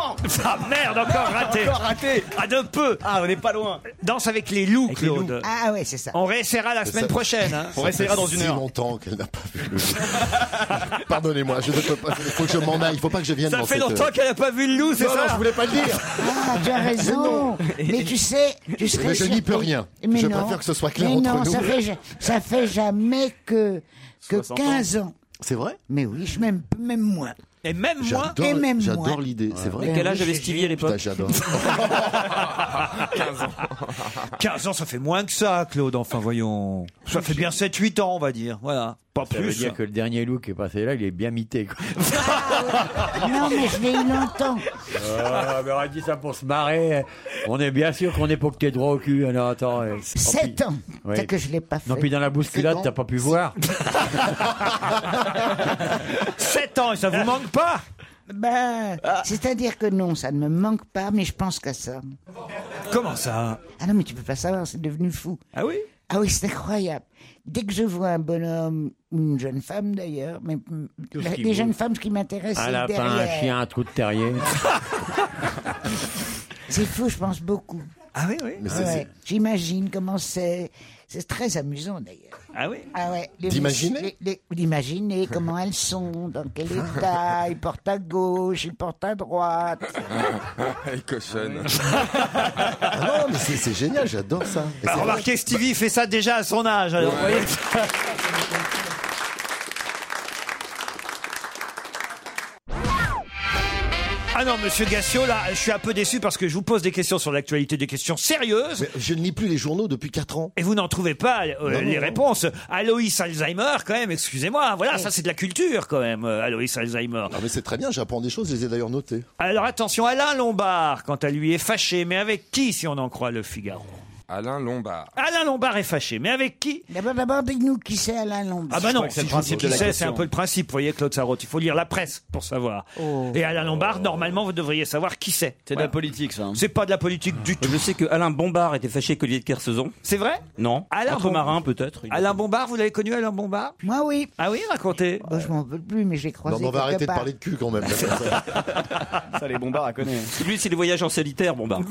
Ah merde, encore raté.
Encore raté
Ah de peu.
Ah, on n'est pas loin.
Danse avec les loups, Claude.
Ah ouais, c'est ça.
On réessayera la semaine
Ça-
prochaine. hein.
ça fait si longtemps qu'elle n'a pas vu le film. Pardonnez-moi, je ne peux pas. Il faut que je m'en aille. Il faut pas que je vienne
Ça
dans
fait
cette, euh,
longtemps qu'elle n'a pas vu le loup, c'est
Non,
ça
non, je voulais pas le dire.
Ah, tu as raison. Mais tu sais, tu serais
Mais je n'y
surpris.
peux rien.
Mais
Je
non.
préfère que ce soit clair
Mais
entre
non,
nous.
Ça fait, ja- ça fait jamais que, que
60 ans.
15 ans.
C'est vrai
Mais oui, je m'aime même moins.
Et même
J'adore-
Et même
J'adore
moi.
l'idée, c'est vrai.
Mais quel âge avait Stevie
à l'époque J'adore.
15 ans. 15 ans, ça fait moins que ça, Claude. Enfin, voyons. Ça fait bien 7-8 ans, on va dire. Voilà. Pas
Ça veut
plus.
dire que le dernier loup qui est passé là, il est bien mité. Quoi.
Non, mais je l'ai eu longtemps.
Oh,
Ah, mais on a dit ça pour se marrer. On est bien sûr qu'on est pour que t'aies droit au cul. Alors attends. euh,
Sept
tant
ans.
pis. Oui.
C'est que je l'ai pas fait.
Non, puis dans la bousculade,
Sept ans.
t'as pas pu voir.
7 ans, et ça vous manque pas
Ben, c'est-à-dire que non, ça ne me manque pas, mais je pense qu'à ça.
Comment ça
Ah non, mais tu peux pas savoir, c'est devenu fou.
Ah oui
Ah oui, c'est incroyable. Dès que je vois un bonhomme, ou une jeune femme d'ailleurs, mais mm,
Tout ce
la-
qui
les
bouge.
jeunes femmes, ce qui m'intéresse,
Un
c'est
lapin, un
derrière.
chien, un trou de terrier.
C'est fou, je pense beaucoup.
Ah oui, oui.
Mais c'est-
Ouais.
c'est-
J'imagine comment c'est. C'est très amusant d'ailleurs.
Ah oui
Ah ouais. les-
D'imaginer
les- les- D'imaginer comment elles sont, dans quel état, ils portent à gauche, ils portent à droite.
euh,
Elle cochonne.
Ah non, mais c'est c'est génial, j'adore ça. Et
Bah,
c'est vrai.
remarquez, Stevie fait ça déjà à son âge. alors, vous voyez. Ah non, monsieur Gassio, là, je suis un peu déçu parce que je vous pose des questions sur l'actualité, des questions sérieuses.
Mais je ne lis plus les journaux depuis 4 ans.
Et vous n'en trouvez pas euh,
Non, non,
les
non.
réponses. Aloïs Alzheimer, quand même, excusez-moi. hein, Voilà, ça c'est de la culture, quand même, euh, Aloïs Alzheimer.
Ah, mais c'est très bien, j'apprends des choses, je les ai d'ailleurs notées.
Alors attention, Alain Lombard, quant à lui, est fâché, mais avec qui, si on en croit le Figaro
Alain Lombard.
Alain Lombard est fâché, mais avec qui
D'abord, d'abord, dis-nous qui c'est Alain Lombard.
Ah bah non,
que c'est
si
le
je vous dis
principe de
qui
la
c'est, c'est
question.
un peu le principe, vous voyez, Claude Sarraute. Il faut lire la presse pour savoir.
Oh.
Et Alain Lombard, normalement, vous devriez savoir qui c'est.
C'est de la politique, ça. hein.
C'est pas de la politique du tout.
Je sais que Alain Bombard était fâché avec Olivier de Kersauzon.
C'est vrai
Non.
Alain
Entre-marin, peut-être. il-
Alain Bombard, vous l'avez connu, Alain Bombard
Moi oui.
Ah oui, racontez.
Bah, je m'en veux plus, mais je l'ai croisé.
Non, mais on va
quelque
arrêter de
part.
parler de cul quand même.
Ça, les bombards à connaître.
Lui, c'est les voyages en solitaire, Bombard.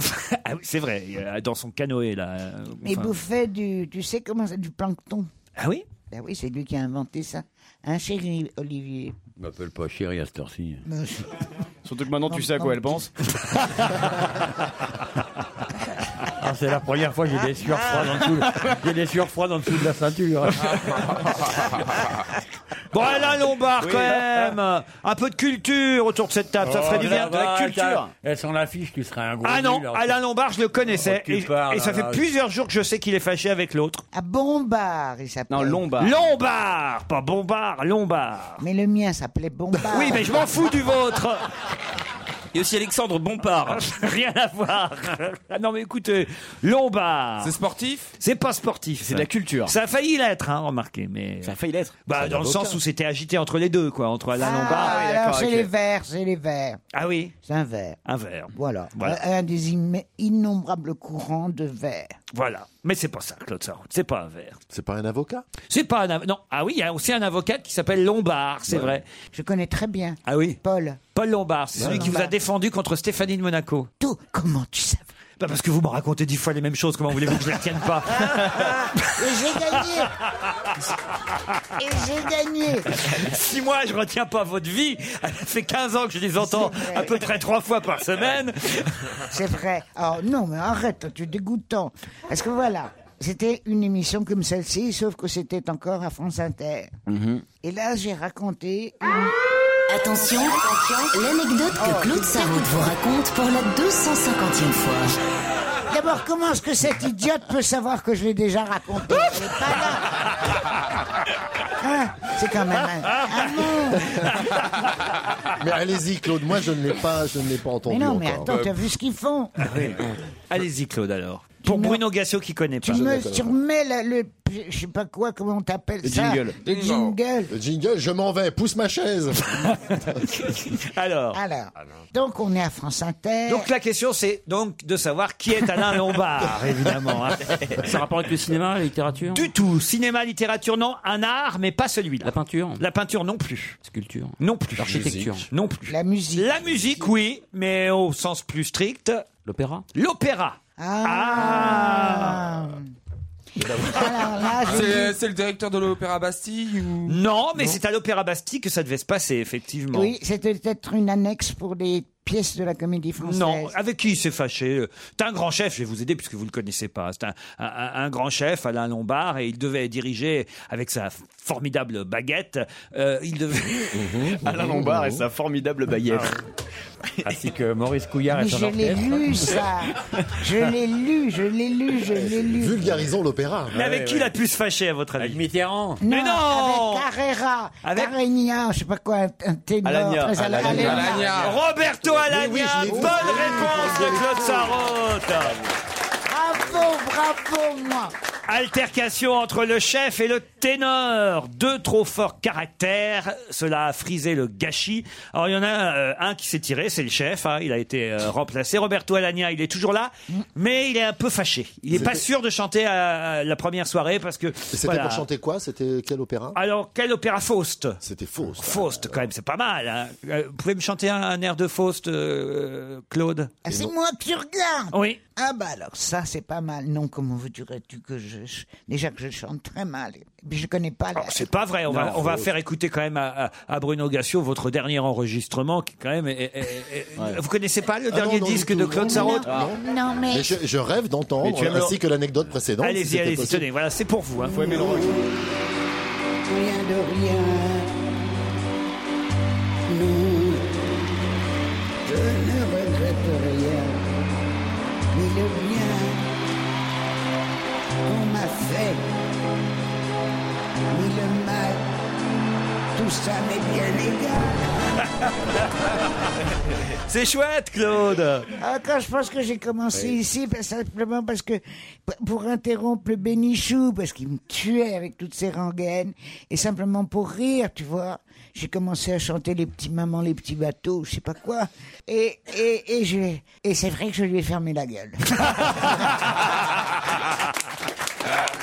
Ah oui, c'est vrai, euh, dans son canoë, là. euh,
Mais il
enfin.
bouffait du, tu sais comment c'est, du plancton.
Ah oui
Ben oui, c'est lui qui a inventé ça. Hein, chéri Olivier
Je m'appelle pas chérie à cette heure-ci.
Non,
Surtout que maintenant, tu sais à quoi elle pense.
Ah, c'est la première fois que j'ai des sueurs froides en dessous. J'ai des sueurs froides en dessous de la ceinture.
Ah, Bon, Alain Lombard,
Oui.
quand même Un peu de culture autour de cette table, ça
Oh,
ferait du bien.
de la culture.
Elles sont l'affiche, tu serais un gros.
Ah non,
nul, alors.
Alain Lombard, je le connaissais.
Oh, tu
Et,
parles,
et ça
là,
fait
là.
plusieurs jours que je sais qu'il est fâché avec l'autre.
À Bombard, il s'appelle.
Non, Lombard.
Lombard Pas Bombard, Lombard
Mais le mien s'appelait Bombard.
Oui, mais je m'en fous du vôtre
Et aussi Alexandre Bompard.
Rien à voir Ah Non mais écoutez, Lombard
C'est sportif
C'est pas sportif.
C'est de la culture.
Ça a failli l'être, hein, remarquez, mais...
Ça a failli l'être.
Bah, dans le sens où c'était agité entre les deux, quoi, entre Alain
Ah,
Lombard.
oui, d'accord,
alors c'est
ok.
les verts, c'est les verts.
Ah oui,
C'est un vert.
un verre.
Voilà. Euh,
Voilà.
Un des imme- innombrables courants de verts.
Voilà. Mais c'est pas ça, Claude Sarraute. C'est pas un verre.
C'est pas un avocat
C'est pas un... av- Non, ah oui, il y a aussi un avocat qui s'appelle Lombard, c'est vrai.
Je connais très bien.
Ah oui
Paul,
Paul Lombard, c'est celui qui vous a
Lombard.
défendu contre Stéphanie de Monaco.
tout, comment tu savais
Bah parce que vous me racontez dix fois les mêmes choses, comment voulez-vous que je les retienne pas
Ah Et j'ai gagné Et j'ai gagné
Si moi je retiens pas votre vie, ça fait 15 ans que je les entends
C'est vrai.
à peu près trois fois par semaine.
C'est vrai. Oh non, mais arrête, tu es dégoûtant. Parce que voilà, C'était une émission comme celle-ci, sauf que c'était encore à France Inter. Et là, j'ai raconté une...
Attention, l'anecdote que Claude Sarraute vous raconte pour la 250e fois.
D'abord, comment est-ce que cet idiote peut savoir que je l'ai déjà raconté Il est pas là. Hein C'est quand même un, un mot.
Mais allez-y, Claude. Moi, je ne l'ai pas, Ah, je ne l'ai pas entendu
Mais non, mais
encore.
attends, t'as vu ce qu'ils font
Ah Allez-y, Claude, alors. Pour Bruno Gassio qui connaît
Tu
pas.
me tu remets la- le, je sais pas quoi, comment on t'appelle
Le
ça
jingle.
Le jingle.
Le jingle, je m'en vais, pousse ma chaise.
Alors.
Alors, Ah, donc on est à France Inter.
Oh. Ah, Donc la question, c'est donc de savoir qui est Alain Lombard, évidemment. hein.
Ça a rapport avec le cinéma, la littérature
Du tout. Cinéma, littérature, non. Un art, mais pas celui-là. La peinture La peinture, non plus.
Sculpture.
Non plus.
L'architecture.
Non plus.
La musique.
La musique, oui, mais au sens plus strict.
L'opéra
L'opéra.
Ah. Alors là, je
C'est c'est le directeur de l'Opéra Bastille ou...
Non, mais c'est à l'Opéra Bastille que ça devait se passer, effectivement.
Oui, c'était peut-être une annexe pour les pièces de la comédie française.
Non, avec qui il s'est fâché C'est un grand chef, je vais vous aider puisque vous ne le connaissez pas. C'est un, un- un grand chef, Alain Lombard, et il devait diriger avec sa formidable baguette. euh, il devait.
Alain Lombard et sa formidable baguette.
Ainsi que Maurice Couillard
Mais je l'ai lu ça. Je l'ai lu, je l'ai lu, je l'ai lu.
Euh, Vulgarisons l'opéra.
Mais avec qui il a pu se fâcher, à votre avis Avec Mitterrand. Mais non
Avec Carrera,
Avec-
Carreña, je sais pas quoi, un, un ténor.
Alagna.
très à la-
Alagna.
Alagna.
Alagna. Roberto Alagna, bonne réponse de Claude Sarraute.
Bravo, bravo, moi.
Altercation entre le chef et le ténor. Deux trop forts caractères. Cela a frisé le gâchis. Alors, il y en a euh, un qui s'est tiré, c'est le chef. hein. il a été euh, remplacé. Roberto Alagna, il est toujours là, mais il est un peu fâché. Il n'est pas sûr de chanter à, à la première soirée parce que.
C'était pour chanter quoi C'était quel opéra
Alors, quel opéra Faust
C'était Faust. hein.
Faust, quand même, c'est pas mal. hein. Euh, Vous pouvez me chanter un, un air de Faust, euh, Claude
Ah, c'est moi qui regarde.
Oui.
Ah bah alors ça c'est pas mal. Non, comment voudrais-tu que je déjà que je chante très mal. Et puis je connais pas. la-
Ah, C'est pas vrai. On, va, on va faire écouter quand même à, à- à Bruno Gassio votre dernier enregistrement qui quand même. est- est- est- Vous connaissez pas le
Ah
dernier
non, non,
disque
du
de
tout.
Claude
Non,
Sarraute
non,
non. Non, mais-
Mais je, je rêve
Mais tu
d'entendre,
aimes le-
ainsi que l'anecdote précédente. si
Allez-y,
c'était
allez-y,
possible.
tenez, voilà, c'est pour vous. hein.
Rien de rien. Non. Je ne regrette rien. Ni le bien qu'on m'a fait. Ni le mal. Tout ça m'est bien égal.
C'est chouette, Claude
Ah, quand je pense que j'ai commencé ici, ben, simplement parce que p- pour interrompre le bénichou, parce qu'il me tuait avec toutes ses rengaines, et simplement pour rire, tu vois, j'ai commencé à chanter les petits mamans, les petits bateaux, je sais pas quoi, et et et je et c'est vrai que je lui ai fermé la gueule.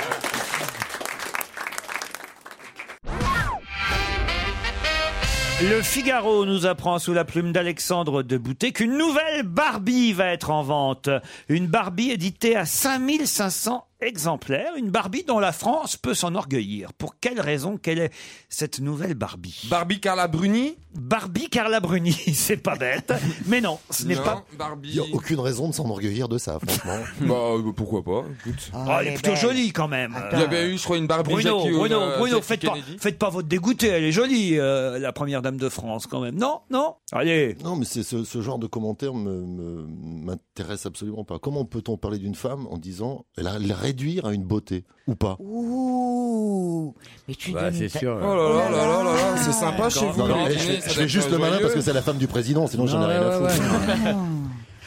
Le Figaro nous apprend sous la plume d'Alexandre de Boutet qu'une nouvelle Barbie va être en vente. Une Barbie éditée à 5500 exemplaires, une Barbie dont la France peut s'enorgueillir. Pour quelle raison Quelle est cette nouvelle Barbie Barbie Carla Bruni Barbie Carla Bruni, c'est pas bête. Mais non, ce n'est
Non,
pas...
Il n'y a aucune raison de s'enorgueillir de ça, franchement. Ah, eh ben.
Bah, euh, pourquoi pas écoute.
Oh, elle est plutôt jolie quand même.
Il y avait eu, je crois, une Barbie
Bruno,
Jackie,
Bruno,
euh,
Bruno,
Jackie
faites pas,
Kennedy.
faites pas votre dégoûté. Elle est jolie, euh, la première dame de France quand même. Non, non. Allez.
Non, mais c'est ce, ce genre de commentaire me me- m'intéresse absolument pas. Comment peut-on parler d'une femme en disant la, la réduire à une beauté ou pas
Ouh, mais tu
Bah,
donnes
c'est
ta-
sûr,
Oh là là là là là
Ah,
là, c'est sympa chez vous.
Non,
le
mais,
dîner,
je, fais-
ça
je
doit
fais juste
être
le malin
joyeux.
parce que c'est la femme du président, sinon j'en ai rien à
ouais,
foutre.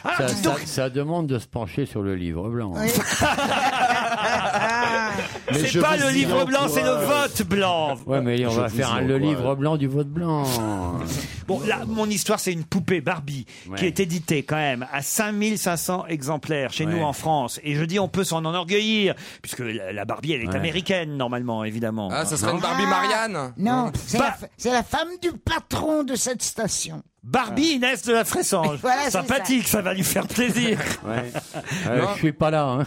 Ah,
ça, ça- ça demande de se pencher sur le livre blanc.
Mais
Ah. C'est
je
pas
vous
le
y
livre blanc, c'est le
encourage.
vote blanc.
Ouais, mais on
Je
va
vous
faire
y
un, le
encourage.
livre blanc du vote blanc.
Bon, là, mon histoire, c'est une poupée Barbie qui est éditée quand même à 5500 exemplaires chez nous
Ouais.
en France. Et je dis, on peut s'en enorgueillir, puisque la la Barbie, elle est
Ouais.
américaine, normalement, évidemment.
Ah, ça serait une Barbie
Ah,
Marianne
Non, c'est la, f- c'est la femme du patron de cette station.
Barbie Inès de la Fressange.
Voilà, c'est ça.
Sympathique, ça. va lui faire plaisir.
Euh,
Non.
je suis pas là. hein.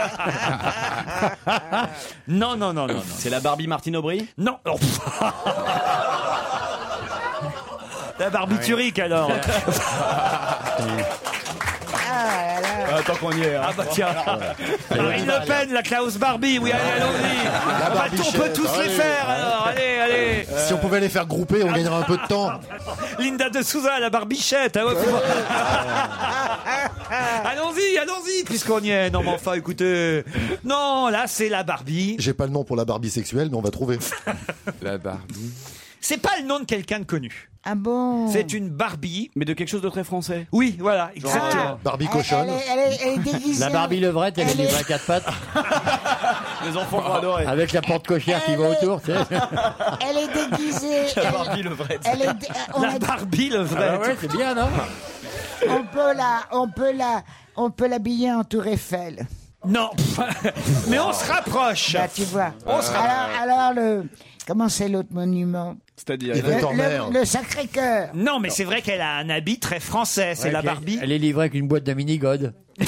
non, non, non, non.
C'est la Barbie Martine Aubry
Non. Oh, pff.
Ah,
la barbiturique, alors.
Ah là là.
tant qu'on y est. Ah bah tiens. Marine Le Pen, la Klaus Barbie, oui, allez, allons-y. Ah bah, on peut tous les faire, alors, allez, allez.
Euh, Si on pouvait les faire grouper, on gagnerait un peu de temps.
Linda de Souza, la barbichette. ah ouais, faut voir. allons-y, allons-y, puisqu'on y est. Non, mais enfin, écoutez. Non, là, c'est la Barbie.
J'ai pas le nom pour la Barbie sexuelle, mais on va trouver.
La Barbie.
C'est pas le nom de quelqu'un de connu.
Ah bon
C'est une Barbie.
Mais de quelque chose de très français.
Oui, voilà, exactement.
Barbie
Elle- Elle, est- elle est- elle est déguisée.
La
en-
Barbie levrette, elle est
Elle est-
livrée à quatre pattes.
Ah, Les enfants vont adorer.
Avec la porte cochère qui va autour, tu sais.
Elle est déguisée.
La
elle-
Barbie levrette.
elle est dé- euh, on a-
Barbie levrette.
Ah bah ouais, c'est bien,
euh,
non
on peut la, on peut la, on peut l'habiller en tour Eiffel.
Non, mais on se rapproche.
Bah, tu vois.
On se rapproche.
alors, alors le, comment c'est l'autre monument
C'est-à-dire,
Le, le- le Sacré-Cœur.
Non, mais c'est vrai qu'elle a un habit très français, c'est
Ouais,
la
puis elle-
Barbie.
Elle est livrée avec une boîte de mini-god.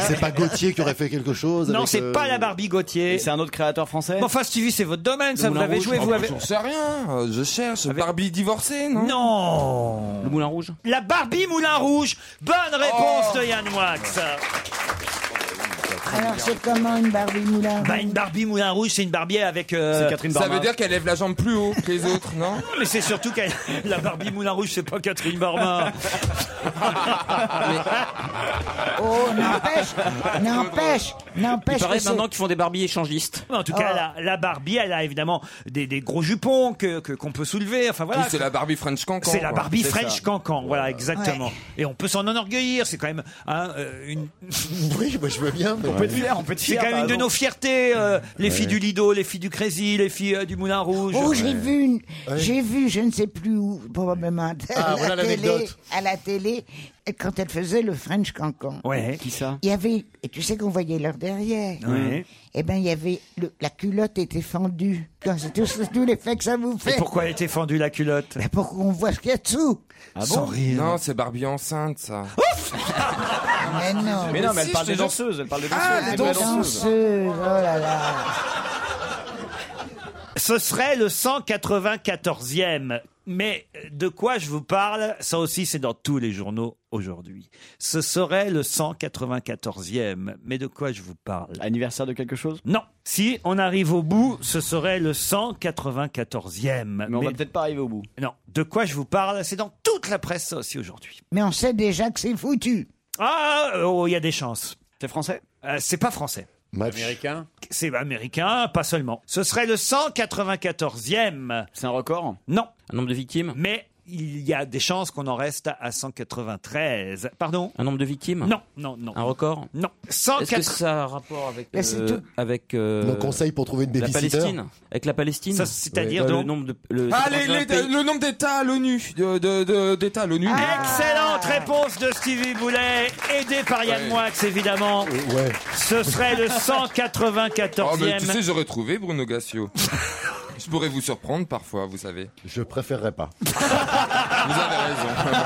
C'est pas Gauthier qui aurait fait quelque chose
Non,
avec,
c'est
euh,
pas la Barbie Gauthier.
C'est un autre créateur français
Enfin, Stevie, c'est votre domaine, ça
Le
vous
Moulin
l'avez
Rouge.
joué,
Oh,
vous
bah,
avez.
J'en sais rien, euh, je cherche. Barbie divorcée, non
Non
Le Moulin Rouge
La Barbie Moulin Rouge. Bonne réponse de Yann Wax.
Alors c'est comment une Barbie moulin
Bah, une Barbie Moulin Rouge, c'est une Barbie avec. euh,
C'est Catherine
Ça veut dire qu'elle lève la jambe plus haut que les autres, non
Mais c'est surtout qu'elle. La Barbie Moulin Rouge, c'est pas Catherine Barma.
Oh, n'empêche, n'empêche,
Il
n'empêche que
paraît
c'est-
maintenant qu'ils font des Barbies échangistes.
En tout cas, la, la Barbie, elle a évidemment des, des gros jupons que que- qu'on peut soulever. Enfin voilà.
Oui, c'est la Barbie French Cancan.
C'est la
quoi.
Barbie
C'est
French
ça.
Cancan, voilà, exactement. Et on peut s'en enorgueillir, c'est quand même hein, euh, une.
Oui, bah, je veux bien. mais-
On peut être fier, on peut être
C'est
fier.
quand même
par
une de nos
exemple.
fiertés, euh, les filles du Lido, les filles du Crécy, les filles euh, du Moulin Rouge.
Oh, j'ai vu, une-
Ouais.
j'ai vu, je ne sais plus où, probablement à
Ah,
la
voilà
télé,
l'anecdote.
à la télé, quand elle faisait le French Cancan.
Ouais.
Qui ça
Il y avait, et tu sais qu'on voyait leur derrière.
Ouais.
Eh ben, il y avait le- la culotte était fendue. Quand C'est tous, tous les faits que ça vous
Et
fait.
pourquoi elle était fendue la culotte
Ben, pour qu'on voit ce qu'il y a dessous.
Sans rire.
Ah Non, c'est Barbie enceinte, ça.
Mais non.
Mais non, mais elle
Si,
parle
je
des
te jure.
danseuses. Elle parle des
Ah,
danseuses.
les
des vraies
danseuses.
Danseuse, oh là là.
Ce serait le 194e. Mais de quoi je vous parle Ça aussi, c'est dans tous les journaux aujourd'hui. Ce serait le 194e. Mais de quoi je vous parle
Anniversaire de quelque chose
Non. Si on arrive au bout, ce serait le 194e.
Mais on va peut-être pas arriver au bout.
non. De quoi je vous parle C'est dans toute la presse ça aussi aujourd'hui.
Mais on sait déjà que c'est foutu.
Ah, oh, il y a des chances.
C'est français
Euh, c'est pas français.
Match.
Américain.
C'est américain, pas seulement. Ce serait le 194e.
C'est un record
Non.
Un nombre de victimes
Mais il y a des chances qu'on en reste à 193. Pardon
Un nombre de victimes
Non, non, non.
Un record
Non.
Est-ce que
104.
ça a un rapport avec
Là, c'est
euh,
tout.
avec euh,
Eh, Nos conseils pour trouver une
la
babysitter.
Palestine Avec la Palestine
Ça, c'est-à-dire
Ouais, bah,
donc
le nombre de le,
Ah, les- les- le nombre d'États à l'ONU. de- de- de- D'États à l'ONU.
Ah.
Excellente réponse de Stevie Boulet, aidé par Yann
Ouais.
Moix, évidemment.
Ouais.
Ce serait le 194e.
Oh, mais tu sais, j'aurais trouvé Bruno Gassio. Je pourrais vous surprendre parfois, vous savez.
Je préférerais pas.
Vous avez raison.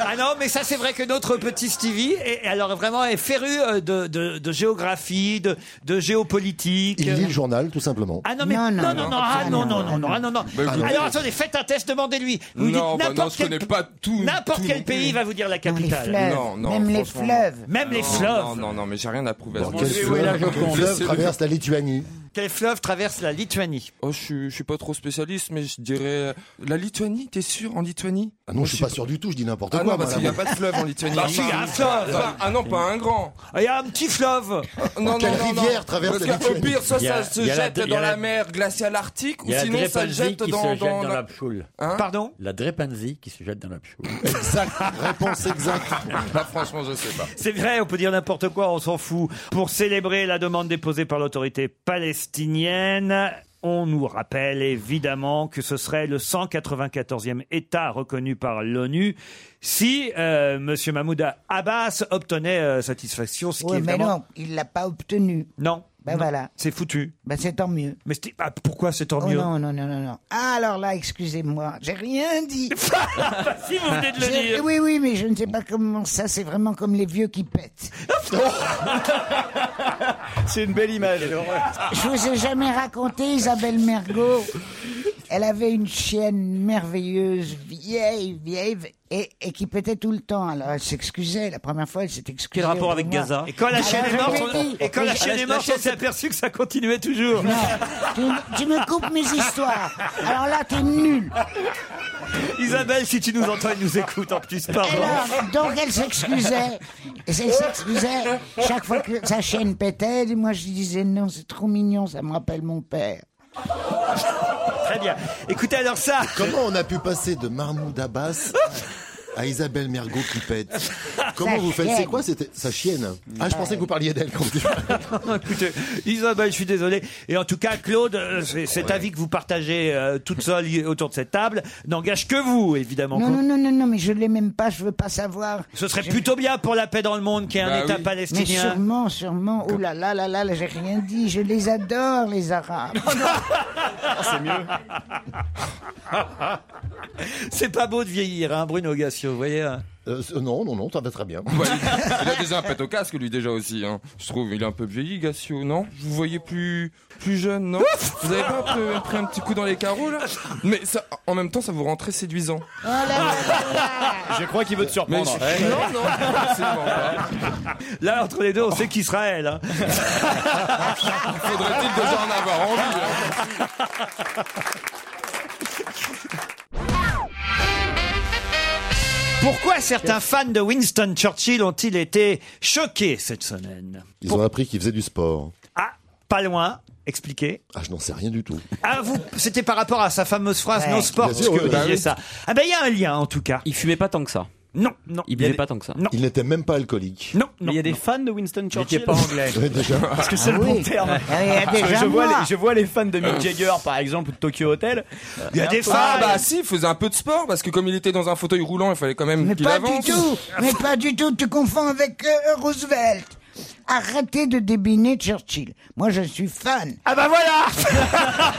Ah non, mais ça c'est vrai que notre petit Stevie, est, alors vraiment est féru euh, de, de- de géographie, de, de géopolitique.
Il lit le journal, tout simplement.
euh. Ah non, mais
Non,
non,
non,
non,
non,
non, ah, non,
non,
non, non, non, ah, non, non.
Bah, écoutez.
Alors attendez, faites un test, demandez-lui. Vous lui
Non,
dites
bah non,
n'importe
je
quel,
connais pas tout.
n'importe
tout
quel
non plus.
pays va vous dire la
Dans les
capitale.
fleuves.
Non, non,
Même les
franchement,
fleuves.
Même les
Non,
fleuves.
Non, non, non, mais j'ai rien à prouver à ce
Bon, quel
moment-là.
oui, là,
fleuve,
je
quel
comprends.
fleuve traverse la Lituanie
Quel fleuve traverse la Lituanie
Oh, je suis, je suis pas trop spécialiste, mais je dirais. euh, La Lituanie, t'es sûr en Lituanie
Ah non, je suis pas
sûr.
sûr du tout, je dis n'importe
Ah
quoi.
non, parce
moi,
qu'il n'y a
là-bas.
pas de fleuve en Lituanie.
Bah, si, il y a un fleuve.
Enfin, Ah non, pas un grand.
Ah, Il y a un petit fleuve.
Ah, Non,
Quelle rivière traverse la
Parce qu'au
Lituanie
pire, soit
Il y a-
ça se
il y a la-
jette
il y a
dans
la-
la mer glaciale arctique,
Il
ou
y a
sinon
la
ça se
Drepanzi
jette
qui
dans,
se jette
dans
dans
la...
la pchoule.
Hein
Pardon
La Drepanzi qui se jette dans la pchoule.
Exact, réponse exacte.
Bah, franchement, je sais pas.
C'est vrai, on peut dire n'importe quoi, on s'en fout. Pour célébrer la demande déposée par l'autorité palestinienne, on nous rappelle évidemment que ce serait le 194e État reconnu par l'ONU si euh, M. Mahmoud Abbas obtenait euh, satisfaction, ce qui
Ouais, mais
évidemment...
non, il l'a pas obtenu.
Non.
Ben
Non.
voilà.
C'est foutu.
Ben c'est tant mieux.
Mais c'était- ah, pourquoi c'est tant
Oh
mieux
non, non, non, non, non. Ah, alors là, excusez-moi, j'ai rien dit.
Si vous venez de le
J'ai-
dire.
Oui, oui, mais je ne sais pas comment ça, c'est vraiment comme les vieux qui pètent.
C'est une belle image.
Je vous ai jamais raconté Isabelle Mergot. Elle avait une chienne merveilleuse, vieille, vieille, et, et qui pétait tout le temps. Alors elle s'excusait. La première fois, elle s'est excusée.
Quel rapport
devant
avec
moi.
Gaza
Et quand la
Alors,
chaîne est
je
morte,
lui ai
on-
dit-
et quand la chaîne est morte, on s'est aperçu que ça continuait toujours.
tu, tu me coupes mes histoires. Alors là, t'es nul.
Isabelle, si tu nous entends, elle nous écoute en plus,
Et
pardon.
là, donc elle s'excusait. Elle s'excusait. Chaque fois que sa chaîne pétait, et moi je disais non, c'est trop mignon, ça me rappelle mon père.
Très bien. Écoutez alors ça.
Comment on a pu passer de Mahmoud Abbas à Isabelle Mergot qui pète Comment
Sa
vous faites C'est
chienne.
quoi c'était Sa chienne. Ah, je pensais que vous parliez d'elle quand vous dites-
Écoutez, Isabelle, je suis désolé. Et en tout cas, Claude, euh, c'est- cet avis que vous partagez euh, toute seule i- autour de cette table n'engage que vous, évidemment.
Non, non, non, non, non, mais je l'ai même pas, je veux pas savoir.
Ce serait plutôt bien pour la paix dans le monde qu'il y ait un
Bah
État
oui. Mais
palestinien.
sûrement, sûrement. Ouh là là là là, là, j'ai rien dit. Je les adore, les Arabes. Oh
c'est mieux. c'est pas beau de vieillir, hein, Bruno Gassio, vous voyez. hein.
Euh, Non, non, non, ça va très bien.
Il a déjà un pète au casque, lui, déjà aussi. hein. Je trouve, il est un peu vieilli, Gassio, non Vous voyez plus, plus jeune, non Vous avez pas pris, pris un petit coup dans les carreaux, là Mais ça, en même temps, ça vous rend très séduisant.
Je crois qu'il veut te surprendre.
Mais je- Non, non, absolument pas.
Là, entre les deux, on
Oh.
sait qu'Israël. hein.
Faudrait-il déjà en avoir envie hein
Pourquoi certains fans de Winston Churchill ont-ils été choqués cette semaine
Ils ont appris qu'ils faisaient du sport.
Ah, pas loin. Expliquez.
Ah, je n'en sais rien du tout.
Ah, vous, c'était par rapport à sa fameuse phrase
Ouais.
non sport,
Bien
parce
sûr,
que
oui,
vous
bah
disiez
oui.
ça. Ah ben il y a un lien en tout cas.
Il fumait pas tant que ça.
Non, non.
Il buvait pas tant que ça.
Ils n'étaient même pas alcooliques.
Non,
il y a des fans de Winston Churchill.
pas anglais. Ouais, déjà.
Parce que c'est
Ah
le
oui.
bon terme.
Ouais. Ah, il y a
Parce que
déjà
je, vois
moi.
les, je vois les fans de Mick Jagger, par exemple, ou de Tokyo Hotel.
Euh. Il y a des
fans.
Ah bah si, il faisait un peu de sport parce que comme il était dans un fauteuil roulant, il fallait quand même
Mais
qu'il
pas
avance.
du tout. Mais pas du tout. Tu confonds avec euh, Roosevelt. Arrêtez de débiner Churchill. Moi, je suis fan.
Ah bah voilà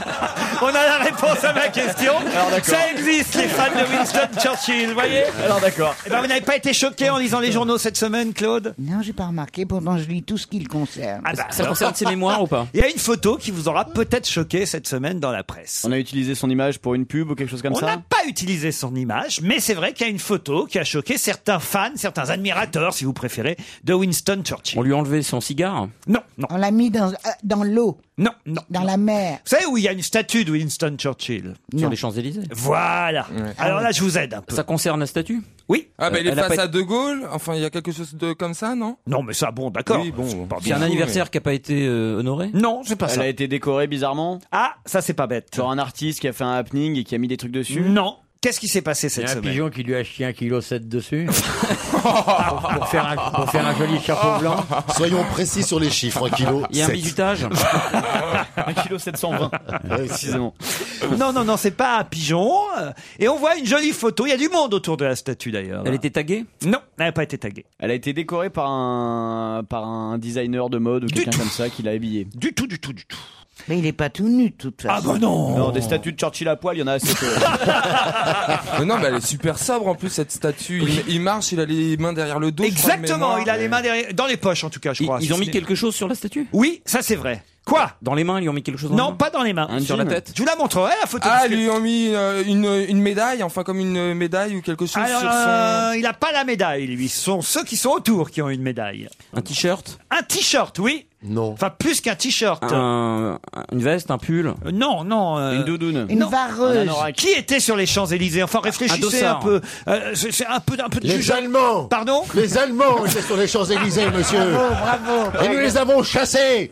On a la réponse à ma question.
Alors, d'accord.
ça existe les fans de Winston Churchill, vous voyez
Alors, d'accord.
Eh ben, vous n'avez pas été choqué en lisant les journaux cette semaine, Claude
Non, j'ai pas remarqué. Pourtant, je lis tout ce qui le concerne.
Ah bah,
Ça concerne ses mémoires ou pas
Il y a une photo qui vous aura peut-être choqué cette semaine dans la presse.
On a utilisé son image pour une pub ou quelque chose comme
On
ça
n'a pas utilisé son image, mais c'est vrai qu'il y a une photo qui a choqué certains fans, certains admirateurs, si vous préférez, de Winston Churchill.
On lui a enlevé son cigare
Non, non.
On l'a mis dans, euh, dans l'eau.
Non, non.
Dans la mer.
Vous savez où Eh il y a une statue de Winston Churchill
sur les Champs-Élysées.
Voilà. Alors là, je vous aide un peu.
Ça concerne la statue
Oui.
Ah bah il
Euh,
est
elle a
face
pas
à De Gaulle, enfin il y a quelque chose de comme ça, non
Non, mais ça, bon, d'accord.
Oui, bon.
C'est pas
C'est un
bien.
anniversaire qui a pas été euh, honoré
Non, c'est pas
Elle
ça.
a été décorée bizarrement
Ah, ça, c'est pas bête.
Genre un artiste qui a fait un happening et qui a mis des trucs dessus
Non. Qu'est-ce qui s'est passé
Il y
cette
a un
semaine
pigeon qui lui a chié un kilo sept dessus pour, pour faire un, pour faire un joli
Ah.
chapeau blanc.
Soyons précis sur les chiffres. Un kilo.
Il y a un
sept.
bizutage
1 kg 720. Précisément.
Non, non, non, c'est pas un pigeon. Euh, Et on voit une jolie photo. Il y a du monde autour de la statue d'ailleurs.
Elle était taguée
Non, elle n'a pas été taguée.
Elle a été décorée par un, par un designer de mode ou quelqu'un comme ça qui l'a habillée.
Du tout, du tout, du tout.
Mais il est pas tout nu, de toute
Ah
façon.
bah non
Non, des statues de Churchill à poil, il y en a assez peu.
Mais non, mais elle est super sobre en plus cette statue. Il, il marche, il a les mains derrière le dos. je crois, de
Exactement,
mémoire.
il a les mains derrière, dans les poches en tout cas, je
Ils,
crois.
ils
si
ont
ce
mis
n'est-
quelque chose sur la statue
Oui, ça c'est vrai. Quoi
Dans les mains, ils lui ont mis quelque chose dans les
Non,
mains
pas dans les mains.
Un
Sur la
jean.
tête
Je vous la montrerai la photo.
Ah,
parce que-
lui ont mis euh, une, une médaille, enfin comme une médaille ou quelque chose
Alors,
sur son.
euh, il n'a pas la médaille, lui. Ce sont ceux qui sont autour qui ont une médaille.
Un t-shirt
Un t-shirt, oui.
Non.
Enfin, plus qu'un t-shirt.
un- Une veste Un pull
Euh, Non, non. euh,
Une doudoune.
Une
Non.
vareuse.
Un anorak.
Qui était sur les Champs-Élysées Enfin, réfléchissez un,
dossard.
peu. Euh, c'est c'est un peu, un peu de
Les
juge-
Allemands
Pardon
Les Allemands étaient sur les Champs-Élysées, monsieur.
Bravo, bravo.
Et nous les avons chassés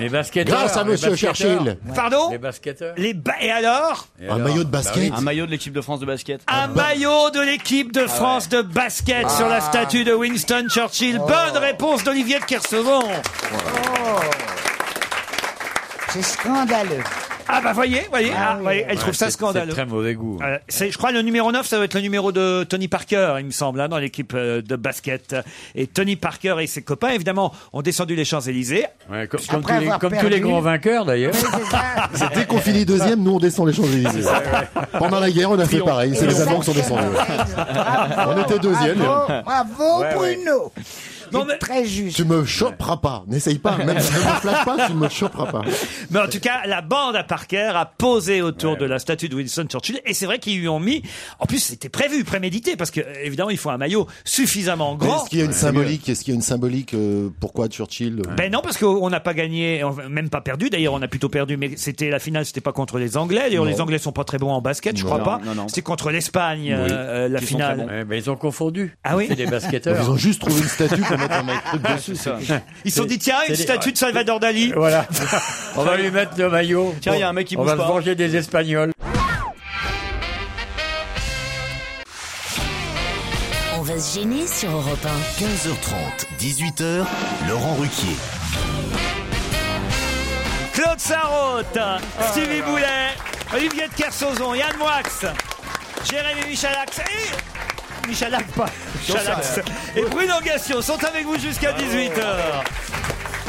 Les basketteurs.
grâce à
les
monsieur
basketteurs.
Churchill.
Pardon
Les basketteurs.
les ba- Et alors
Et
Un
alors
maillot de basket
Bah Un maillot de l'équipe de France de basket.
Ah.
Un maillot de l'équipe de France de basket sur la statue de Winston Churchill.
Oh.
Bonne réponse d'Olivier de Kersauzon.
Oh. C'est scandaleux.
Ah bah voyez, voyez, ah,
oui.
voyez, elle trouve ça
C'est-
scandaleux.
C'est très mauvais goût. hein.
Euh, c'est- je crois le numéro 9, ça doit être le numéro de Tony Parker, il me semble, hein, dans l'équipe euh, de basket. Et Tony Parker et ses copains, évidemment, ont descendu les Champs-Élysées.
Ouais, comme, comme
Après
tous les,
avoir
comme tous
perdu.
les grands vainqueurs d'ailleurs.
C'est ça.
Dès qu'on finit deuxième, nous on descend les Champs-Élysées. Pendant la guerre, on a fait pareil. C'est les Allemands qui sont descendus.
Bravo,
On était deuxième.
Bravo, bravo, Bruno. très juste.
Tu me choperas pas. N'essaye pas. Même si tu ne me flattes pas, tu me choperas pas.
Mais en tout cas, la bande à Parker a posé autour de la statue de Winston Churchill. Et c'est vrai qu'ils lui ont mis. En plus, c'était prévu, prémédité, parce que euh, évidemment, il faut un maillot suffisamment
Mais
grand.
Est-ce qu'il y a une symbolique Est-ce qu'il y a une symbolique euh, Pourquoi Churchill euh,
Ben non, parce qu'on n'a pas gagné, enfin, même pas perdu. D'ailleurs, on a plutôt perdu, mais c'était la finale, c'était pas contre les Anglais. D'ailleurs,
Non.
les Anglais sont pas très bons en basket, je
Non,
crois
non,
pas.
non, non.
C'était contre l'Espagne, euh,
Oui,
euh, la
qui sont
finale.
très bons.
ils ont confondu. Ah oui
C'est des basketteurs. Ils ont juste trouvé une statue pour mettre un mec truc dessus, ça.
Ils se sont
C'est-
dit, tiens, une
c'est des-
statue de Salvador Dali.
Voilà. On va lui mettre le maillot.
Tiens, il y a un mec qui
On
bouge
va
pas.
se venger des Espagnols.
On va se gêner sur Europe 1.
15h30, 18h, Laurent Ruquier.
Claude Sarraute,
Ah,
Stevie Boulet, Olivier de Kersauzon, Yann Moix, Jérémy Michalak et. Michalak, pas.
J'en sais Ah
Michalak. Et Bruno Gassio sont avec vous jusqu'à 18h.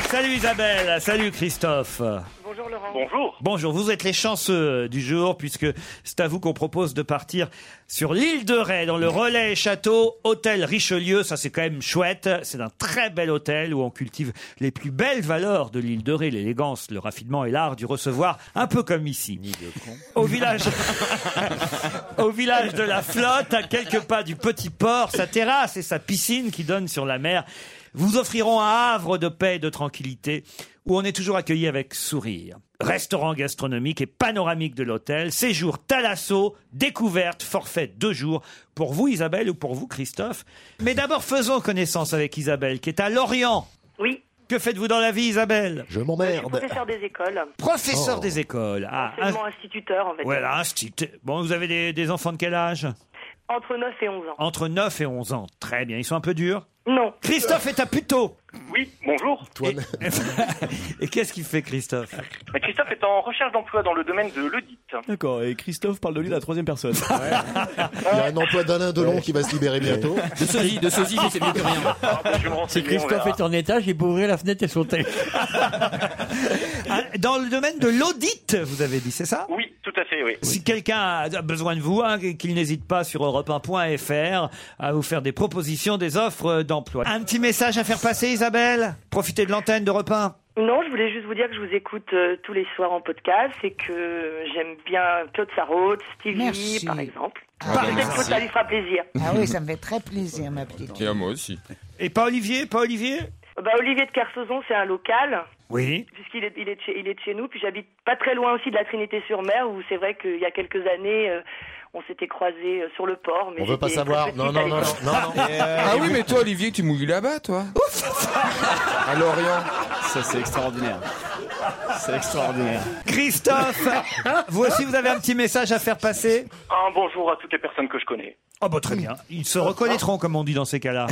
Salut Isabelle, salut Christophe.
Bonjour Laurent. Bonjour.
Bonjour, vous êtes les chanceux du jour puisque c'est à vous qu'on propose de partir sur l'île de Ré dans le relais château hôtel Richelieu. Ça c'est quand même chouette. C'est un très bel hôtel où on cultive les plus belles valeurs de l'île de Ré, l'élégance, le raffinement et l'art du recevoir, un peu comme ici. Au village au village de la flotte, à quelques pas du petit port, sa terrasse et sa piscine qui donnent sur la mer vous offriront un havre de paix et de tranquillité où on est toujours accueilli avec sourire. Restaurant gastronomique et panoramique de l'hôtel, séjour Talasso, découverte, forfait deux jours pour vous Isabelle ou pour vous Christophe. Mais d'abord faisons connaissance avec Isabelle qui est à Lorient.
Oui.
Que faites-vous dans la vie Isabelle
Je
Je suis professeur des écoles.
Oh.
Professeur des écoles. Ah, un-
Seulement instituteur, en fait.
voilà, un petit- Bon, vous avez des, des enfants de quel âge
Entre 9 et 11 ans.
Entre 9 et 11 ans. Très bien. Ils sont un peu durs
Non.
Christophe est à Puteaux.
Oui, bonjour.
Et qu'est-ce qu'il fait, Christophe
Mais Christophe est en recherche d'emploi dans le domaine de l'audit.
D'accord, et Christophe parle de lui à la troisième personne.
Il y a un emploi d'Alain Delon qui va se libérer bientôt.
De sosie, de sosie, mais c'est mieux que rien.
Ah, bah,
Si Christophe est en étage, il peut ouvrir la fenêtre et sauter.
Ah, Dans le domaine de l'audit, vous avez dit, c'est ça
Oui, tout à fait, oui.
Si quelqu'un a besoin de vous, hein, qu'il n'hésite pas sur europe1.fr à vous faire des propositions, des offres euh, d'emploi. Un petit message à faire passer, Isabelle Profitez de l'antenne d'Europe 1.
Non, je voulais juste vous dire que je vous écoute euh, tous les soirs en podcast et que j'aime bien Claude Sarraute, Stevie,
Merci.
par exemple.
Ah,
Peut-être que ça lui fera plaisir.
Ah oui, ça me fait très plaisir, ma petite.
Et à moi aussi.
Et pas Olivier Pas Olivier
Bah, Olivier de Kersauzon, c'est un local,
Oui.
puisqu'il est, il est, de chez, il est de chez nous. Puis j'habite pas très loin aussi de la Trinité-sur-Mer, où c'est vrai qu'il y a quelques années, euh, on s'était croisés euh, sur le port. Mais
On veut pas
j'étais
savoir.
très
Non,
petite
non,
à
non,
l'époque.
non, non. Ah oui, mais toi, Olivier, tu mouilles là-bas, toi À Lorient.
Ça, c'est extraordinaire. C'est extraordinaire.
Christophe, vous aussi, vous avez un petit message à faire passer
Un bonjour à toutes les personnes que je connais.
Oh bah très bien, ils se reconnaîtront comme on dit dans ces cas-là.